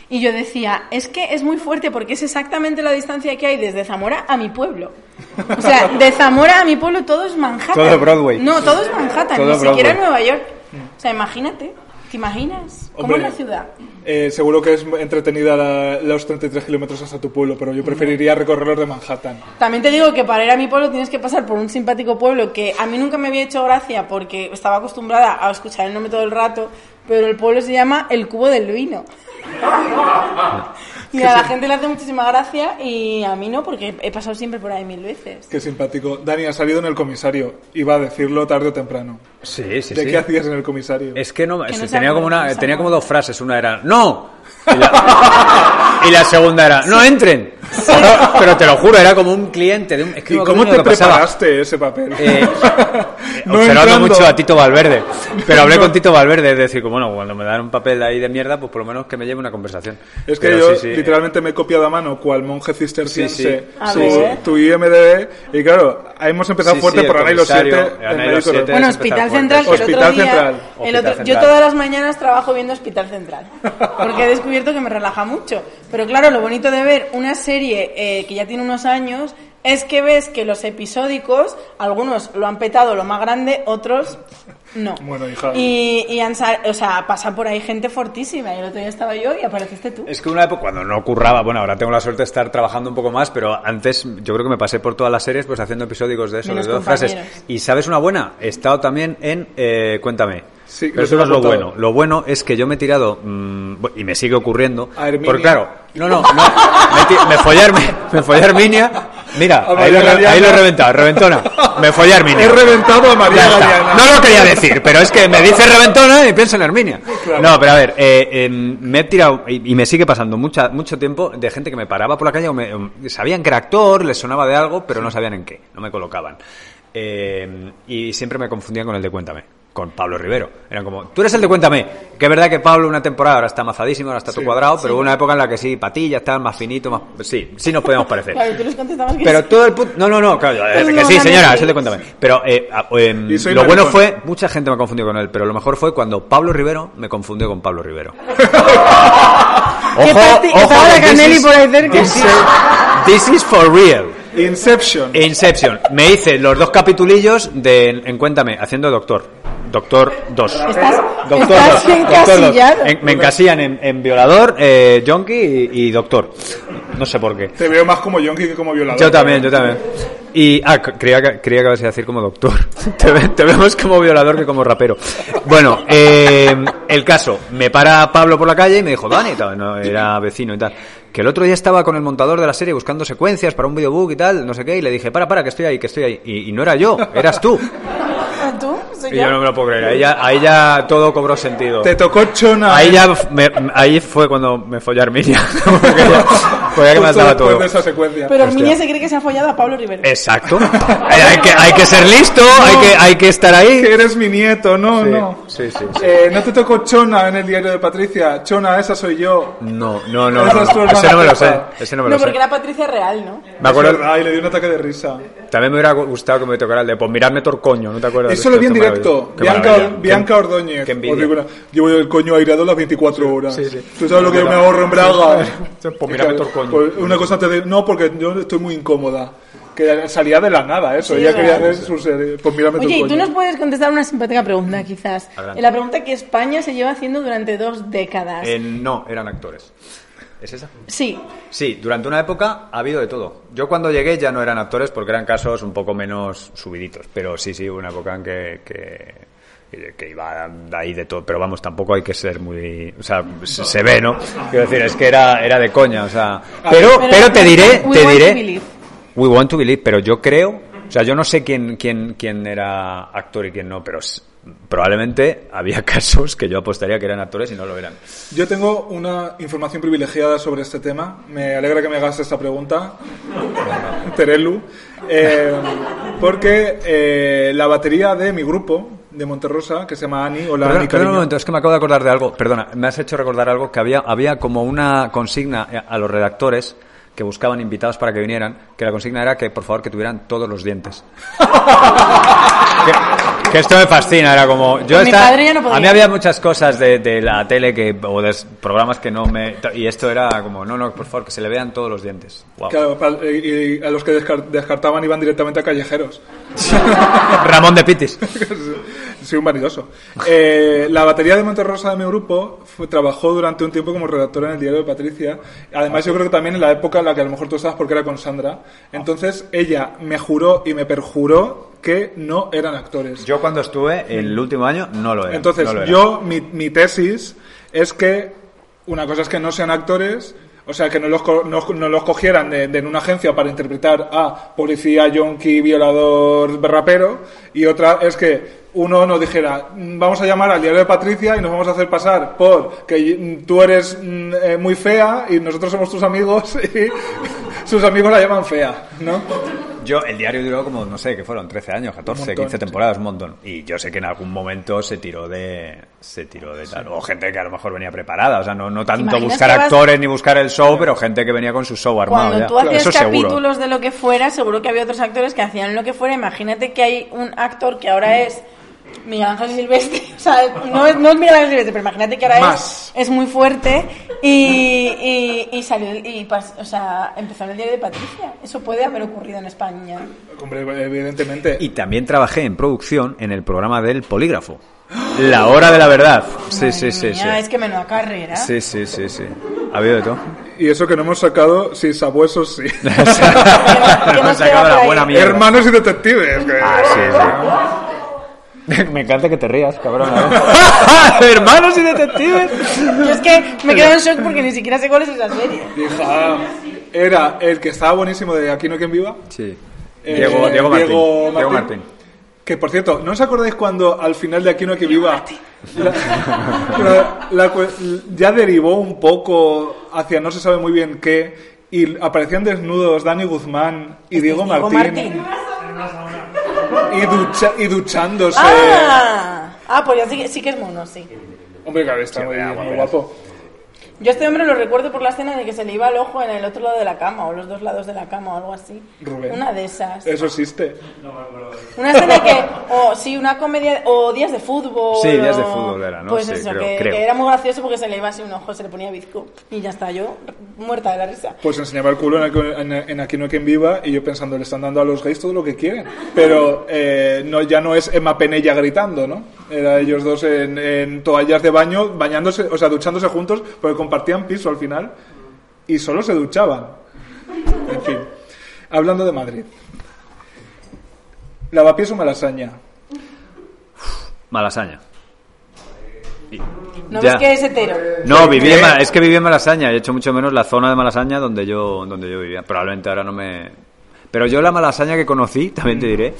B: Y yo decía, es que es muy fuerte porque es exactamente la distancia que hay desde Zamora a mi pueblo. O sea, de Zamora a mi pueblo todo es Manhattan.
C: Todo Broadway.
B: No, todo es Manhattan,
C: Todo
B: ni siquiera
C: Broadway.
B: Nueva York. O sea, imagínate, ¿te imaginas? ¿Cómo
A: Hombre,
B: es la ciudad?
A: eh, seguro que es entretenida la- los 33 kilómetros hasta tu pueblo, pero yo preferiría recorrerlos de Manhattan.
B: También te digo que para ir a mi pueblo tienes que pasar por un simpático pueblo que a mí nunca me había hecho gracia porque estaba acostumbrada a escuchar el nombre todo el rato, pero el pueblo se llama El Cubo del Vino. Y a la gente le hace muchísima gracia y a mí no, porque he pasado siempre por ahí mil veces.
A: Qué simpático. Dani ha salido en el comisario. Iba a decirlo tarde o temprano.
C: Sí, sí,
A: ¿De
C: sí.
A: qué hacías en el comisario?
C: Es que no,
B: Que no
C: se-
B: se
C: tenía, como
B: acuerda,
C: una,
B: no se
C: tenía como
B: acuerda.
C: dos frases. Una era ¡No! Y la, y la segunda era ¡No entren! Pero te lo juro, era como un cliente. De un, es que
A: ¿Y
C: no me
A: cómo
C: acuerdo
A: te
C: lo que pasaba.
A: preparaste ese papel?
C: Eh, eh,
A: No
C: observando
A: entrando.
C: mucho a Tito Valverde. Pero hablé
A: No.
C: con Tito Valverde, es decir, como, bueno, cuando me dan un papel ahí de mierda, pues por lo menos que me lleve una conversación.
A: Es que
C: Pero
A: yo
C: sí, sí, eh,
A: literalmente me he copiado a mano cual monje cisterciense
C: Sí, Ah, sí.
B: A
A: su-
B: ver.
A: tu IMDB y claro, hemos empezado
C: Sí,
A: fuerte
C: sí,
A: por
C: el
A: Anhelo 7
C: comisario,
A: en
C: Anhelo
A: Médicos
C: siete.
A: Rotos.
B: Bueno,
C: Tienes que empezar
B: Hospital Central, que el
A: fuertes.
B: otro
A: Hospital
B: día...
A: Central.
B: el
C: Hospital
B: otro-
C: Central.
B: Yo todas las mañanas trabajo viendo Hospital Central, porque he descubierto que me relaja mucho. Pero claro, lo bonito de ver una serie eh, que ya tiene unos años es que ves que los episódicos, algunos lo han petado lo más grande, otros no.
A: Bueno, hija.
B: Y, y han sa- o sea, pasa por ahí gente fortísima. Y el otro día estaba yo y apareciste tú.
C: Es que una época cuando no curraba, bueno, ahora tengo la suerte de estar trabajando un poco más, pero antes yo creo que me pasé por todas las series pues haciendo episódicos de eso,
B: Menos
C: de dos
B: compañeros.
C: frases. Y sabes una buena, he estado también en eh, Cuéntame.
A: Sí,
C: pero
A: nos
C: eso no
A: lo
C: es lo
A: has
C: bueno.
A: contado.
C: Lo bueno es que yo me he tirado, mm, bu- y me sigue ocurriendo,
A: A Herminia.
C: porque claro, no, no, no, me, ti- me follé a Hermi- me follé a Herminia, mira,
A: A
C: ahí
A: María
C: lo, he re- ahí lo he
A: Galeana.
C: reventado, reventona, me follé a Herminia.
A: He reventado a María
C: Ya está.
A: Galeana.
C: No lo quería decir, pero es que me dice Reventona y pienso en Herminia. No, pero a ver, eh, eh, me he tirado, y, y me sigue pasando mucha, mucho tiempo, de gente que me paraba por la calle, o me- o sabían que era actor, les sonaba de algo, pero no sabían en qué, no me colocaban. Eh, y siempre me confundían con el de Cuéntame, con Pablo Rivero. Eran como, tú eres el de Cuéntame, que es verdad que Pablo una temporada ahora está mazadísimo, ahora está todo cuadrado, pero hubo una época en la que sí, patilla, está más finito, más... Sí, sí nos podemos parecer.
B: Claro, tú les contestabas que
C: Pero
B: sí.
C: todo el punto. No, no, no, claro, eh,
B: Pues
C: que sí,
B: no,
C: señora,
B: dame
C: eso te
B: sí.
C: cuéntame. Pero eh, ah, em,
A: Y soy
C: lo bueno
A: maricón.
C: fue. Mucha gente me confundió con él, pero lo mejor fue cuando Pablo Rivero me confundió con Pablo Rivero.
B: ¿Qué parti- estaba la
C: this
B: Canelli
C: is-
B: por ahí cerca?
C: This is, this is for real.
A: Inception.
C: Eh, Inception. Me hice los dos capitulillos de En Cuéntame, haciendo doctor. Doctor 2.
B: Estás-
C: Doctor
B: estás
C: dos, doctor dos.
B: encasillado.
C: En- me encasillan en, en violador, eh, yonki y- y doctor. No sé por qué.
A: Te veo más como Yonki que como violador.
C: Yo también, yo también. Y, ah, c- creía que, creía que ibas a decir como doctor. Te, ve- te vemos como violador que como rapero. Bueno, eh, el caso. Me para Pablo por la calle y me dijo, Dani, tal, no, era vecino y tal. Que el otro día estaba con el montador de la serie buscando secuencias para un videobook y tal, no sé qué, y le dije, para, para, que estoy ahí, que estoy ahí. Y, y no era yo, eras tú.
B: Ah, ¿Tú? Soy
C: Y
B: yo.
C: yo no me lo puedo creer. Ahí ya, ahí ya todo cobró sentido.
A: Te tocó Chona.
C: Ahí ya me- ahí fue cuando me follé a Arminia. Porque ya, porque ya que me
A: Justo
C: andaba
A: después
C: todo.
A: de esa secuencia.
B: Pero Herminia se cree que se ha follado a Pablo
C: Eh,
B: Rivero.
C: Exacto. hay, hay que, hay que ser listo, hay, que, hay que estar ahí.
A: Que eres mi nieto, no, no.
C: sí, sí, sí.
A: Eh, no te tocó Chona en el diario de Patricia. Chona, esa soy yo.
C: No, no, no.
A: Esa
C: no.
A: es tu hermana
C: Ese no me lo sé.
A: Pepa.
C: Ese no me
B: No,
C: lo sé.
B: porque era Patricia Real, ¿no?
C: Me
A: Es
C: acuerdo,
A: verdad, y le dio un ataque de risa.
C: también me hubiera gustado que me tocara el de, pues miradme torcoño, ¿no te acuerdas?
A: Eso lo vi en
C: Qué
A: directo.
C: maravilla. Qué
A: Bianca,
C: maravilla.
A: Bianca
C: Qué-
A: Ordóñez.
C: qué envidia.
A: Os digo una- Llevo el coño airado las 24 horas. Tú sabes lo que yo me ahorro en Braga.
C: Pues mírame todo el coño.
A: Pues Una cosa antes de... No, porque yo estoy muy incómoda. Que salía de la nada eso.
B: Sí,
A: Ella
B: es
A: quería
B: verdad.
A: hacer su serie. Pues mírame todo
B: Oye,
A: el
B: y tú
A: coño.
B: nos puedes contestar una simpática pregunta, quizás.
C: Adelante.
B: La pregunta que España se lleva haciendo durante dos décadas.
C: Eh, no, eran actores. ¿Es esa?
B: Sí,
C: Sí, durante una época ha habido de todo. Yo cuando llegué ya no eran actores porque eran casos un poco menos subiditos, pero sí, sí, hubo una época en que, que, que iba de ahí de todo. Pero vamos, tampoco hay que ser muy... O sea, se, se ve, ¿no? Quiero decir, es que era, era de coña, o sea... Pero,
B: Pero-
C: pero te diré,
B: We
C: te
B: want
C: diré...
B: to believe.
C: We want to believe, pero yo creo... O sea, yo no sé quién, quién, quién era actor y quién no, pero s- probablemente había casos que yo apostaría que eran actores y no lo eran.
A: Yo tengo una información privilegiada sobre este tema. Me alegra que me hagas esta pregunta, Terelu, Eh, porque eh, la batería de mi grupo de Monterrosa, que se llama Ani, hola Ani,
C: Perdona, perdona
A: cariño.
C: un momento, es que me acabo de acordar de algo. Perdona, me has hecho recordar algo que había, había como una consigna eh, a los redactores que buscaban invitados para que vinieran, que la consigna era que por favor que tuvieran todos los dientes. que, que esto me fascina, era como... Yo
B: Con Pues mi
C: esta-
B: padre ya no podía.
C: a mí había muchas cosas de, de la tele que, o de s- programas que no me... Y esto era como, no, no, por favor, que se le vean todos los dientes. Guau.
A: Claro, pa- y, y a los que descar- descartaban iban directamente a callejeros.
C: Ramón de Pitis.
A: Soy un vanidoso. Eh, la batería de Monterrosa de mi grupo fue- trabajó durante un tiempo como redactora en el diario de Patricia. Además, yo creo que también en la época en la que a lo mejor tú estabas porque era con Sandra. Entonces, ella me juró y me perjuró que no eran actores.
C: Yo cuando estuve el último año no lo era.
A: Entonces,
C: no lo era.
A: yo, mi, mi tesis es que una cosa es que no sean actores, O sea, que no los, co- no, no los cogieran de, de en una agencia para interpretar a policía, yonki, violador, berrapero. Y otra es que uno nos dijera, "Mm, vamos a llamar al diario de Patricia y nos vamos a hacer pasar por que mm, tú eres mm, eh, muy fea y nosotros somos tus amigos y sus amigos la llaman fea, ¿no?
C: Yo, el diario duró como, no sé, que fueron 13 años, 14,
A: montón,
C: 15 temporadas, un montón. Y yo sé que en algún momento se tiró de. Se tiró de tal. O gente que a lo mejor venía preparada. O sea, no, no tanto
B: imaginas
C: buscar
B: que vas-
C: actores ni buscar el show, pero gente que venía con su show armado.
B: Cuando
C: ya.
B: tú hacías
C: Eso seguro.
B: capítulos de lo que fuera, seguro que había otros actores que hacían lo que fuera. Imagínate que hay un actor que ahora es Miguel Ángel Silvestre. O sea, no es, no es Miguel Ángel Silvestre, pero imagínate que ahora es,
A: Más.
B: es muy fuerte y, y, y salió. Y, pas- o sea, empezó en el diario de Patricia. Eso puede haber ocurrido en España.
A: Hombre, evidentemente.
C: Y también trabajé en producción en el programa del Polígrafo. La hora de la verdad. Sí, sí,
B: Madre
C: sí, sí.
B: mía, Es que menuda carrera.
C: Sí, sí, sí, sí. Ha habido de todo.
A: Y eso que no hemos sacado, sí, sabuesos, sí.
B: que hemos
C: Hemos sacado
B: quedado
C: la
B: ahí.
C: buena mierda.
A: Hermanos y detectives. que-
C: Ah, sí, sí. Me encanta que te rías, cabrón. Hermanos y detectives.
B: Yo es que me quedo en shock porque ni siquiera sé cuál es esa serie.
A: Hija, "Ah, era el que estaba buenísimo de Aquí no hay quien viva.
C: Sí.
A: Eh,
C: Diego, Diego Martín. Diego Martín.
A: Que por cierto, ¿no os acordáis cuando al final de Aquí no hay quien viva la- la- la cu- ya derivó un poco hacia no se sabe muy bien qué y aparecían desnudos Dani Guzmán y Diego,
B: Diego
A: Martín,
B: Martín.
A: Y, ducha- y duchándose?
B: Ah, ah, pues ya sí, que- sí que es mono, sí.
A: Hombre, claro, está muy, muy guapo.
B: Yo a este hombre lo recuerdo por la escena de que se le iba el ojo en el otro lado de la cama, o los dos lados de la cama, o algo así.
A: Rubén.
B: Una de esas.
A: Eso existe.
B: Una escena que, o sí, una comedia, o días de fútbol.
C: Sí, Días de
B: o-
C: fútbol era, ¿no?
B: Pues
C: Sí,
B: eso,
C: creo,
B: que,
C: creo.
B: que era muy gracioso porque se le iba así un ojo, se le ponía bizco. Y ya está, yo muerta de la risa.
A: Pues enseñaba el culo en, Aqu- en- en Aquí no hay quien viva y yo pensando, le están dando a los gays todo lo que quieren. Pero eh, no, ya no es Emma Penella gritando, ¿no? Era ellos dos en, en toallas de baño, bañándose, o sea, duchándose juntos, porque compartían piso al final y solo se duchaban. En fin, hablando de Madrid. Lavapiés o malasaña.
C: Malasaña. Y-
B: No
C: ya.
B: ves que es hetero.
C: No, viví en Mala- es que viví en Malasaña y hecho mucho menos la zona de Malasaña donde yo, donde yo vivía. Probablemente ahora no me... Pero yo la Malasaña que conocí, también te diré,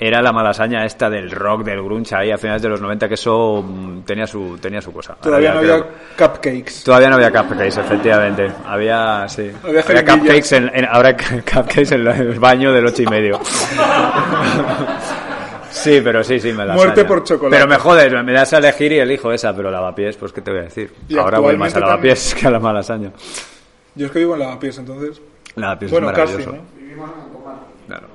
C: era la Malasaña esta del rock, del grunge ahí a finales de los 90, que eso mm, tenía su, tenía su cosa. Ahora
A: Todavía no
C: Ah, creo-
A: había cupcakes.
C: Todavía no había cupcakes, efectivamente. Había, sí.
A: Había
C: Había
A: jeringuillas.
C: cupcakes en, en- ahora cu- cupcakes en la- en el baño del ocho y medio. Sí, pero sí, sí, me la
A: Muerte por chocolate.
C: Pero me jodes, me das a elegir y elijo esa, pero lavapiés, pues qué te voy a decir.
A: Y
C: Ahora voy más a
A: actualmente
C: lavapiés que a la malasaña.
A: Yo es que vivo en Lavapiés, entonces.
C: Lavapiés
A: Bueno,
C: es
A: casi,
C: maravilloso.
A: ¿no?
C: Claro.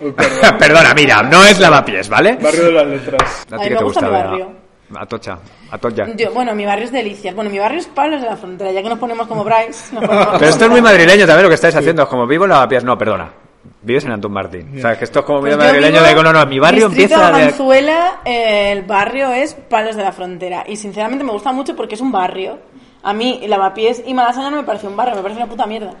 A: Uy, perdón.
C: Perdona, mira, no es lavapiés, ¿vale?
A: Barrio de las letras.
C: ¿A
B: A mí
C: ti qué
B: me
C: te
B: gusta mi
C: gustaba?
B: barrio.
C: Atocha, Atocha.
B: Yo, bueno, mi barrio es delicias. Bueno, mi barrio es Palos de la Frontera, ya que nos ponemos como Bryce. nos ponemos-
C: Pero esto es muy madrileño también lo que estáis haciendo. Es como vivo en Lavapiés. No, perdona. Vives en Antón Martín. O sea, que esto es como muy
B: Pues yo
C: madrileño
B: vivo
C: de no, no, mi barrio
B: distrito
C: empieza de...
B: Manzuela, eh, el barrio es Palos de la Frontera. Y sinceramente me gusta mucho porque es un barrio. A mí Lavapiés y Malasaña no me parece un barrio, me parece una puta mierda.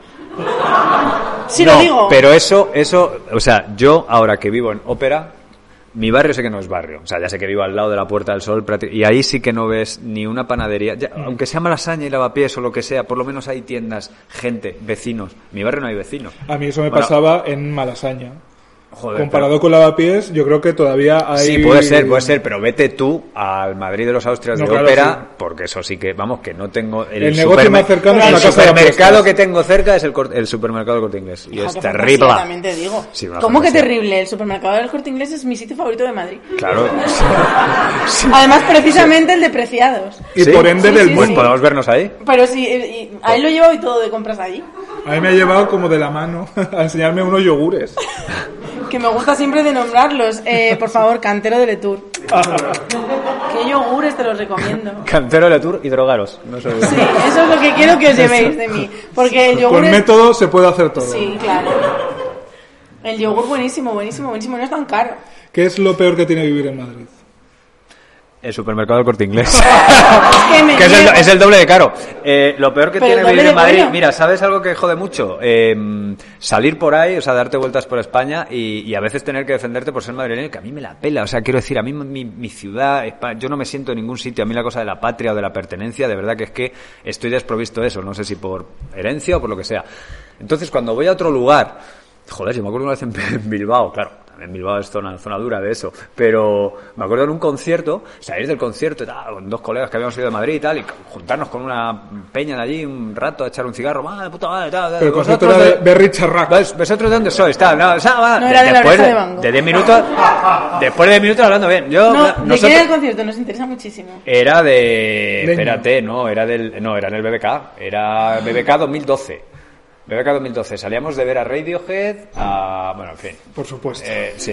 B: Sí
C: No,
B: lo digo.
C: Pero eso, eso, o sea, yo ahora que vivo en Ópera, mi barrio sé que no es barrio. O sea, ya sé que vivo al lado de la Puerta del Sol prácti- y ahí sí que no ves ni una panadería.
B: Mm.
C: Ya, aunque sea Malasaña y Lavapiés o lo que sea, por lo menos hay tiendas, gente, vecinos. Mi barrio no hay vecinos.
A: A mí eso me
C: Bueno,
A: pasaba en Malasaña.
C: joder,
A: Comparado
C: pero-
A: con Lavapiés, yo creo que todavía hay...
C: Sí, puede ser, puede ser, pero vete tú al Madrid de los Austrias
A: No,
C: de
A: claro,
C: Ópera,
A: sí.
C: porque eso sí que, vamos, que no tengo... El,
A: El negocio más cercano es
C: el
A: la casa de
C: supermercado
A: apuestas.
C: que tengo cerca es el, cor- el supermercado del Corte Inglés. Y
B: Hija,
C: es
B: qué
C: terrible.
B: fantasía, también te digo.
C: Sí, una
B: ¿Cómo que
C: fantasía.
B: terrible? El supermercado del Corte Inglés es mi sitio favorito de Madrid.
C: Claro.
B: Además, precisamente el de Preciados.
A: Y por ende
B: Sí,
A: del
B: sí,
C: Pues
B: sí.
A: mundo.
C: podemos vernos ahí.
B: Pero sí, eh, y ahí lo llevo y todo de compras allí.
A: A mí me ha llevado como de la mano a enseñarme unos yogures.
B: Que me gusta siempre de nombrarlos. Eh, por favor, Cantero de Letour.
C: Ah.
B: Qué yogures te los recomiendo.
C: Cantero de Tour y drogaros. No sé.
B: Sí, eso es lo que quiero que os llevéis de mí. Porque el yogur
A: Con
B: es-
A: método se puede hacer todo.
B: Sí, claro. El yogur buenísimo, buenísimo, buenísimo. No es tan caro.
A: ¿Qué es lo peor que tiene vivir en Madrid?
C: El supermercado del corte inglés.
B: que me
C: Que es, el,
B: niego.
C: es el doble de caro. Eh, lo peor que
B: Pero el
C: tiene vivir
B: doble
C: en
B: de
C: Madrid,
B: bueno.
C: mira, ¿sabes algo que jode mucho? Eh, salir por ahí, o sea, darte vueltas por España y, y a veces tener que defenderte por ser madrileño, que a mí me la pela. O sea, quiero decir, a mí mi, mi ciudad, Espa- yo no me siento en ningún sitio. A mí la cosa de la patria o de la pertenencia, de verdad que es que estoy desprovisto de eso. No sé si por herencia o por lo que sea. Entonces, cuando voy a otro lugar, joder, yo me acuerdo una vez en, en Bilbao, claro. En Bilbao es zona, zona dura de eso. Pero me acuerdo en un concierto, salir del concierto y tal, con dos colegas que habíamos ido de Madrid y tal, y juntarnos con una peña de allí un rato a echar un cigarro, madre puta madre, tal, tal.
A: Pero el concepto
C: vosotros
A: era de,
C: de-
A: de Richard Rack.
C: ¿Ves- ¿Vosotros de dónde sois? Tal, no, o sea, va,
B: No era de la
C: después
B: oreja de Van Gogh.
C: de 10 minutos, después de 10 minutos hablando bien. Yo,
B: No,
C: bla-
B: ¿de
C: nosotros-
B: quién era el concierto? Nos interesa muchísimo.
C: era de.
A: Leño.
C: Espérate, no, era del. No, era en el BBK. Era BBK 2012. BBK 2012. Salíamos de ver a Radiohead a. Bueno, en fin.
A: Por supuesto.
C: Eh, sí.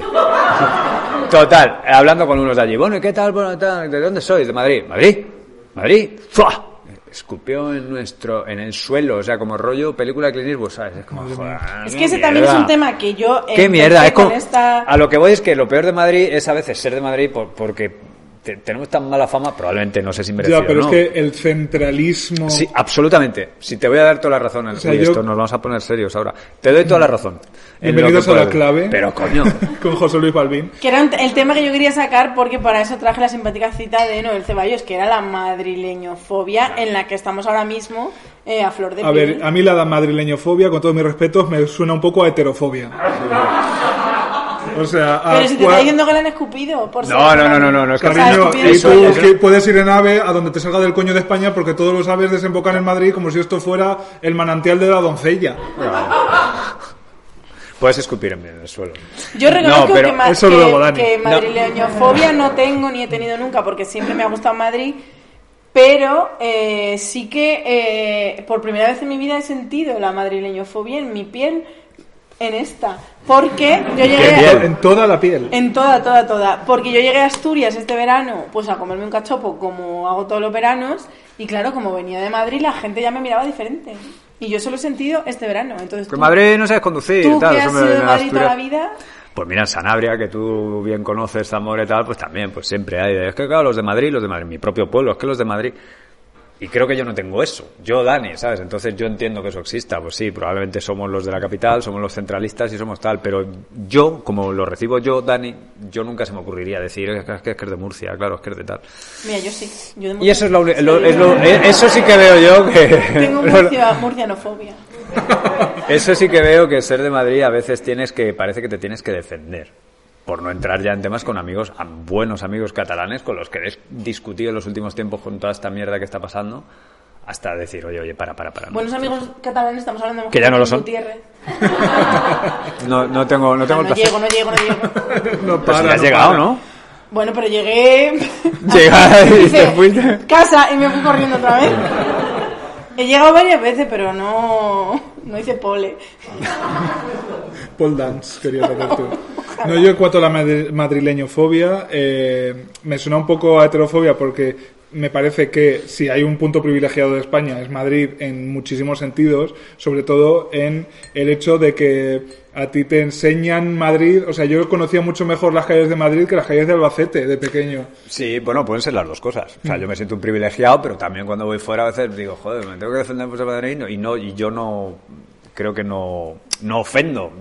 C: Total, hablando con unos de allí. Bueno, ¿y qué tal? Bueno, tal, ¿De dónde sois? ¿De Madrid? ¿Madrid? ¿Madrid? ¡Fua! Escupió en nuestro, en el suelo, o sea, como rollo película de Clint Eastwood, ¿sabes? Es como, joder,
B: Es que ese también es
C: Ah, mierda.
B: un tema que yo. eh,
C: Qué
B: empecé
C: mierda, es
B: con
C: como-
B: esta-
C: A lo que voy es que lo peor de Madrid es a veces ser de Madrid por- porque te- tenemos tan mala fama, probablemente no sé si merecido,
A: ya, pero
C: ¿no?
A: es que el centralismo.
C: Sí, absolutamente. Si te voy a dar toda la razón, en
A: sea,
C: Uy,
A: yo-
C: esto nos vamos a poner serios ahora. Te doy toda la razón. en lo que
A: Bienvenidos a la
C: puedo.
A: clave.
C: Pero coño,
A: con José Luis Balvin.
B: Que era un- el tema que yo quería sacar porque para eso traje la simpática cita de Noel Ceballos, que era la madrileñofobia en la que estamos ahora mismo eh, a flor de
A: A
B: piel.
A: ver, a mí la madrileñofobia, con todos mis respetos, me suena un poco a heterofobia. O sea, a
B: Pero si te
A: cua-
B: está diciendo que le han escupido, por ser
C: No, no, no,
B: catalán.
C: no, no, no, es que
B: O sea,
A: Cariño,
B: escupido.
A: y
C: eso-
A: tú
C: eso-
A: que puedes ir en ave a donde te salga del coño de España porque todos los aves desembocan en Madrid como si esto fuera el manantial de la doncella.
C: puedes escupir en el suelo.
B: Yo reconozco
C: No, pero
B: que, ma-
A: eso
B: que-
A: luego, Dani.
B: que madrileñofobia no. tengo ni he tenido nunca porque siempre me ha gustado Madrid, pero eh, sí que eh, por primera vez en mi vida he sentido la madrileñofobia en mi piel en esta, porque yo llegué
C: bien.
A: En toda la piel.
B: En toda, toda, toda. Porque yo llegué a Asturias este verano, pues a comerme un cachopo, como hago todos los veranos. Y claro, como venía de Madrid, la gente ya me miraba diferente. Y yo solo he sentido este verano. Entonces,
C: Que
B: tú,
C: en Madrid no sabes conducir,
B: tú
C: tal,
B: que
C: eso
B: has
C: me-
B: sido de
C: me
B: Madrid toda la
C: Asturias.
B: vida,
C: Pues mira, en Sanabria, que tú bien conoces, Zamora y tal, pues también, pues siempre hay. Es que claro, los de Madrid, los de Madrid, mi propio pueblo, es que los de Madrid. Y creo que yo no tengo eso. Yo, Dani, ¿sabes? Entonces yo entiendo que eso exista. Pues sí, probablemente somos los de la capital, somos los centralistas y somos tal. Pero yo, como lo recibo yo, Dani, yo nunca se me ocurriría decir, es que es, que es de Murcia, claro, es que es de tal.
B: mira, yo sí. Yo de
C: Y
B: Murcia-
C: eso es, la uni- lo-
B: sí,
C: es lo- eh, eso sí que veo yo que...
B: Tengo Murcia, murcianofobia.
C: Eso sí que veo que ser de Madrid a veces tienes que, parece que te tienes que defender. Por no entrar ya en temas con amigos, a- buenos amigos catalanes, con los que he discutido en los últimos tiempos con toda esta mierda que está pasando, hasta decir, oye, oye, para, para, para. no.
B: Buenos amigos catalanes, estamos hablando de
C: Que ya no lo son.
B: Gutiérrez.
C: No, no tengo, no tengo
B: Ah, no
C: el placer.
B: llego, no llego, no llego.
A: No
C: Pero si
A: para,
C: ya has
A: no
C: llegado,
A: para.
C: ¿no?
B: Bueno, pero llegué.
C: Llegaste y te
B: Dice,
C: fuiste.
B: Casa y me fui corriendo otra vez. He llegado varias veces, pero no, no hice pole.
A: Paul Dance, quería saber tú. No, yo en cuanto a la madri- madrileñofobia, eh, me suena un poco a heterofobia porque me parece que si hay un punto privilegiado de España es Madrid en muchísimos sentidos, sobre todo en el hecho de que a ti te enseñan Madrid, o sea, yo conocía mucho mejor las calles de Madrid que las calles de Albacete de pequeño.
C: Sí, bueno, pueden ser las dos cosas. O sea,
A: Mm.
C: yo me siento un privilegiado, pero también cuando voy fuera a veces digo, joder, me tengo que defender por ser madrileño y no y yo no creo que no no ofendo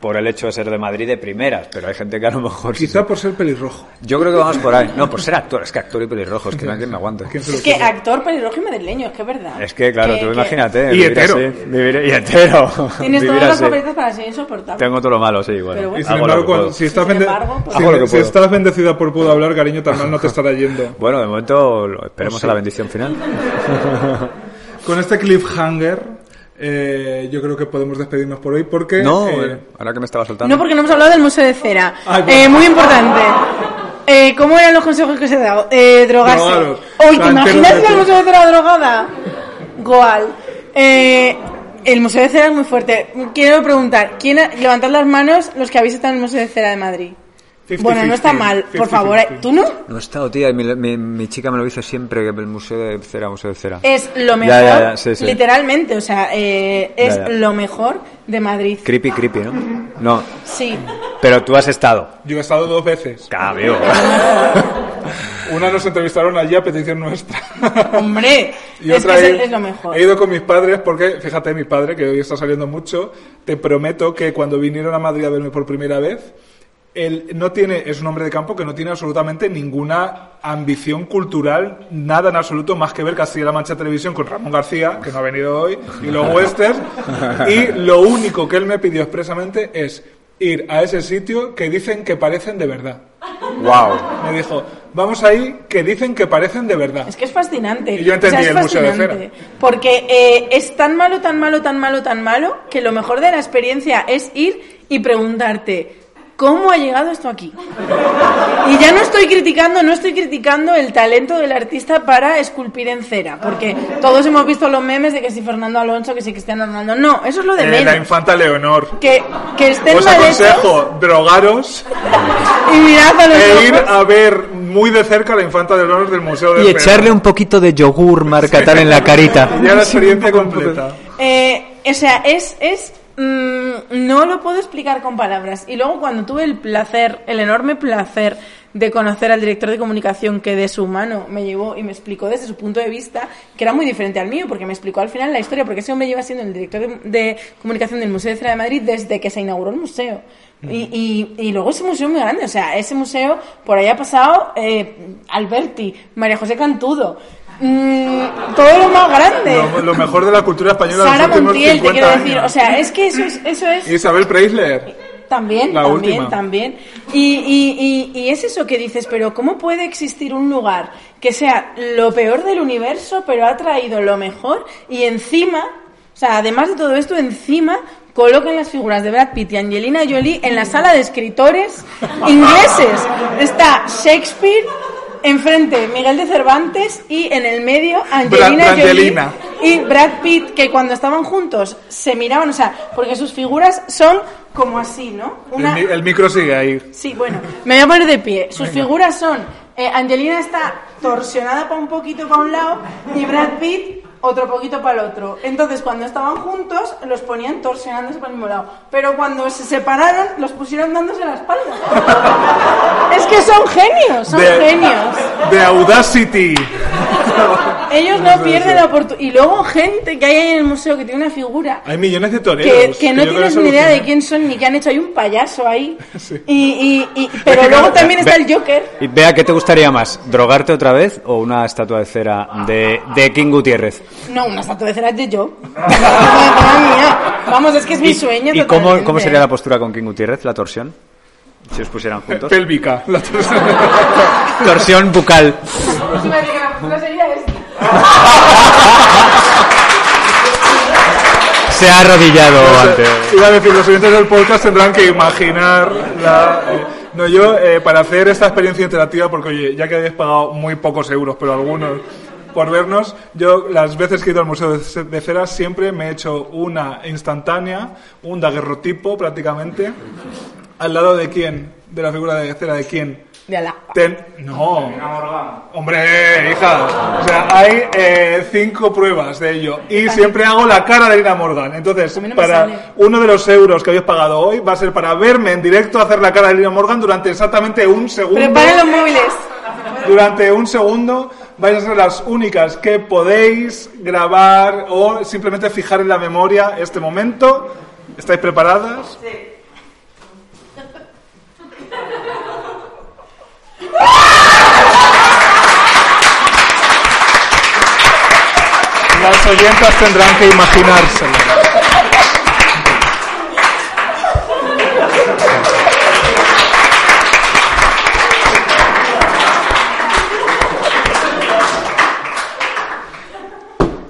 C: por el hecho de ser de Madrid de primeras, pero hay gente que a lo mejor
A: Quizá por ser pelirrojo.
C: Yo creo que vamos por ahí. No, por ser actor, es que actor y pelirrojo, es que nadie me aguanta.
A: ¿Quién se lo
B: Es que
A: ocurre?
B: actor pelirrojo y madrileño, es que es verdad.
C: Es que claro, tú imagínate
A: Y
C: vivir
A: hetero.
C: así, vivir y hetero.
B: Tienes
C: vivir
B: todas las
C: así.
B: papeletas para ser insoportable.
C: Tengo todo lo malo, sí, bueno.
B: Pero bueno.
A: Y sin
C: Hago lo
A: embargo,
C: que
A: cuando-
C: puedo.
A: si, estás
B: Sin
A: bende-
B: embargo, pues-
A: si-
C: Hago lo que
A: si
C: puedo.
A: estás bendecida por puedo hablar, cariño, tan mal no te estará yendo.
C: Bueno, de momento lo- esperemos a la bendición final.
A: Con este cliffhanger, eh, yo creo que podemos despedirnos por hoy porque.
C: No,
A: eh,
C: bueno, ahora que me estaba soltando.
B: No, porque no hemos hablado del Museo de Cera.
A: Ah, bueno.
B: Eh, muy importante. Eh, ¿Cómo eran los consejos que os he dado? Eh, drogarse.
A: Drogaros.
B: Hoy, ¿te
A: Planteros
B: imaginas
A: de
B: ir al
A: todo.
B: Museo de Cera drogada? Goal. Eh, el Museo de Cera es muy fuerte. Quiero preguntar, ¿quién ha- levantad las manos los que habéis estado en el Museo de Cera de Madrid?
A: 50-50,
B: bueno, no está mal, por favor. ¿eh?
A: 50-50.
B: ¿Tú no?
C: No he estado, tía, y mi, mi- mi chica me lo dice siempre, que el Museo de Cera, Museo de Cera.
B: Es lo
C: Ya,
B: mejor,
C: ya, ya, sí, sí.
B: literalmente, o sea, eh, es
C: Ya, ya.
B: lo mejor de Madrid.
C: Creepy, creepy, ¿no? No,
B: Sí,
C: Pero tú has estado.
A: Yo he estado dos veces.
C: Cabio.
A: Una nos entrevistaron allí a petición nuestra.
B: Hombre,
A: Y
B: es que
A: otra
B: es,
A: vez,
B: es lo mejor.
A: He ido con mis padres porque, fíjate, mi padre, que hoy está saliendo mucho, te prometo que cuando vinieron a Madrid a verme por primera vez, él no tiene, es un hombre de campo que no tiene absolutamente ninguna ambición cultural, nada en absoluto, más que ver Castilla-La Mancha Televisión con Ramón García, que no ha venido hoy, y los westerns. Y lo único que él me pidió expresamente es ir a ese sitio que dicen que parecen de verdad.
C: Wow.
A: Me dijo, vamos ahí que dicen que parecen de verdad.
B: Es que es fascinante.
A: Y yo entendí
B: es
A: el Museo de
B: fascinante. Porque eh, es tan malo, tan malo, tan malo, tan malo, que lo mejor de la experiencia es ir y preguntarte, ¿cómo ha llegado esto aquí? Y ya no estoy criticando, no estoy criticando el talento del artista para esculpir en cera, porque todos hemos visto los memes de que si Fernando Alonso, que si Cristiano Ronaldo. No, eso es lo de
A: Eh, la
B: menos.
A: infanta Leonor.
B: Que, que estén
A: Os
B: mal hechos
A: aconsejo drogaros
B: y mirad a los
A: e ir
B: ojos.
A: a ver muy de cerca la infanta de honor del Museo de
C: Y echarle un poquito de yogur marcatal en la carita.
A: Ya la experiencia completa.
B: Eh, o sea, es... es mm, no lo puedo explicar con palabras. Y luego cuando tuve el placer, el enorme placer de conocer al director de comunicación que de su mano me llevó y me explicó desde su punto de vista, que era muy diferente al mío, porque me explicó al final la historia, porque ese hombre lleva siendo el director de, de comunicación del Museo de Cera de Madrid desde que se inauguró el museo. Y, y- y luego ese museo es muy grande, o sea, ese museo por ahí ha pasado eh, Alberti, María José Cantudo, mm, todo lo más grande.
A: Lo, lo mejor de la cultura española de
B: Sara
A: los últimos
B: Montiel, te
A: 50
B: quiero decir. O
A: años.
B: sea, es que eso es. Eso es
A: Isabel Preisler.
B: también,
A: la
B: también,
A: última.
B: también. Y, y- y- y es eso que dices, pero ¿cómo puede existir un lugar que sea lo peor del universo, pero ha traído lo mejor y encima, o sea, además de todo esto, encima colocan las figuras de Brad Pitt y Angelina Jolie en la sala de escritores ingleses? Está Shakespeare. Enfrente, Miguel de Cervantes y en el medio Angelina
A: Brangelina.
B: Jolie y Brad Pitt, que cuando estaban juntos se miraban, o sea, porque sus figuras son como así, ¿no?
A: El,
B: Una...
A: mi- el micro sigue ahí.
B: Sí, bueno, me voy a poner de pie. Sus figuras son, eh, Angelina está torsionada para un poquito para un lado y Brad Pitt otro poquito para el otro. Entonces, cuando estaban juntos, los ponían torsionándose para el mismo lado. Pero cuando se separaron, los pusieron dándose la espalda. es que son genios, son genios.
A: de Audacity.
B: Ellos no pierden la oportunidad. Y luego gente que hay ahí en el museo que tiene una figura
A: Hay millones de
B: que,
A: toreros.
B: que no
A: yo creo
B: tienes
A: que
B: ni idea de
A: solucionan.
B: quién son ni qué han hecho. Hay un payaso ahí.
A: Sí.
B: Y, y- y- pero luego también está el Joker.
C: Y vea, ¿qué te gustaría más? ¿Drogarte otra vez o una estatua de cera de, de King Gutiérrez?
B: No, una estatua de cera es de yo. Madre mía. Vamos, es que es mi sueño.
C: ¿Y cómo,
B: totalmente.
C: cómo sería la postura con King Gutiérrez? ¿La torsión? Si os pusieran juntos.
A: Pélvica. La
C: Torsión bucal.
B: Pues iba a este. decir que la postura sería esta.
C: Se ha arrodillado antes.
A: Iba a decir, los oyentes del podcast tendrán que imaginar la... No, yo, eh, para hacer esta experiencia interactiva, porque oye, ya que habéis pagado muy pocos euros, pero algunos, por vernos, yo las veces que he ido al Museo de Ce- de Cera siempre me he hecho una instantánea, un daguerrotipo prácticamente, al lado de quién, de la figura de cera de quién.
B: De Alá.
A: Ten- No. Hombre, hija. O sea, hay eh, cinco pruebas de ello. Y siempre hago la cara de Ina Morgan. Entonces,
B: A mí no me sale.
A: para uno de los euros que habéis pagado hoy va a ser para verme en directo hacer la cara de Ina Morgan durante exactamente un segundo.
B: Preparen los móviles.
A: Durante un segundo vais a ser las únicas que podéis grabar o simplemente fijar en la memoria este momento. ¿Estáis preparadas? Las oyentas tendrán que imaginárselo.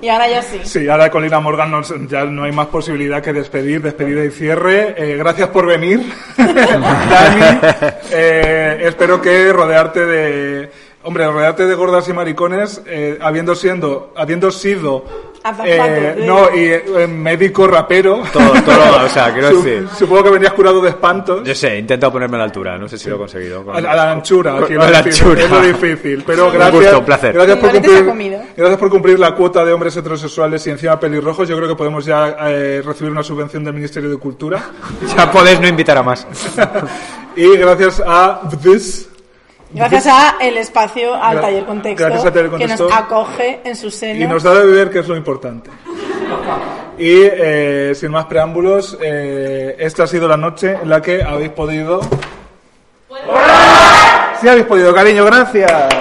B: Y ahora ya sí.
A: Sí, ahora con Lina Morgan no- ya no hay más posibilidad que despedir, despedida y cierre. Eh, gracias por venir, Dani. Eh, espero que rodearte de... Hombre, rodearte de gordas y maricones, eh, habiendo, siendo, habiendo sido Eh, no, y eh, médico, rapero.
C: Todo, todo, o sea, quiero
A: Sup-
C: decir-
A: Supongo que venías curado de espantos.
C: Yo sé, he intentado ponerme a la altura, no sé si lo he conseguido.
A: A, a la anchura,
C: Con-
A: quiero
C: a la
A: decir,
C: anchura.
A: es lo difícil. Pero
C: Un
A: gracias,
C: gusto, un placer.
A: Gracias, por
B: Igual te se ha
A: cumplir,
B: comido.
A: gracias por cumplir la cuota de hombres heterosexuales y encima pelirrojos. Yo creo que podemos ya eh, recibir una subvención del Ministerio de Cultura.
C: Ya podéis no invitar a más.
A: y gracias a This.
B: Gracias a el espacio, al
A: Gra-
B: taller contexto,
A: gracias a Taller Contexto.
B: que nos acoge en su seno.
A: Y nos da de beber, que es lo importante. Y eh, sin más preámbulos, eh, esta ha sido la noche en la que habéis podido. Sí, habéis podido, cariño, gracias.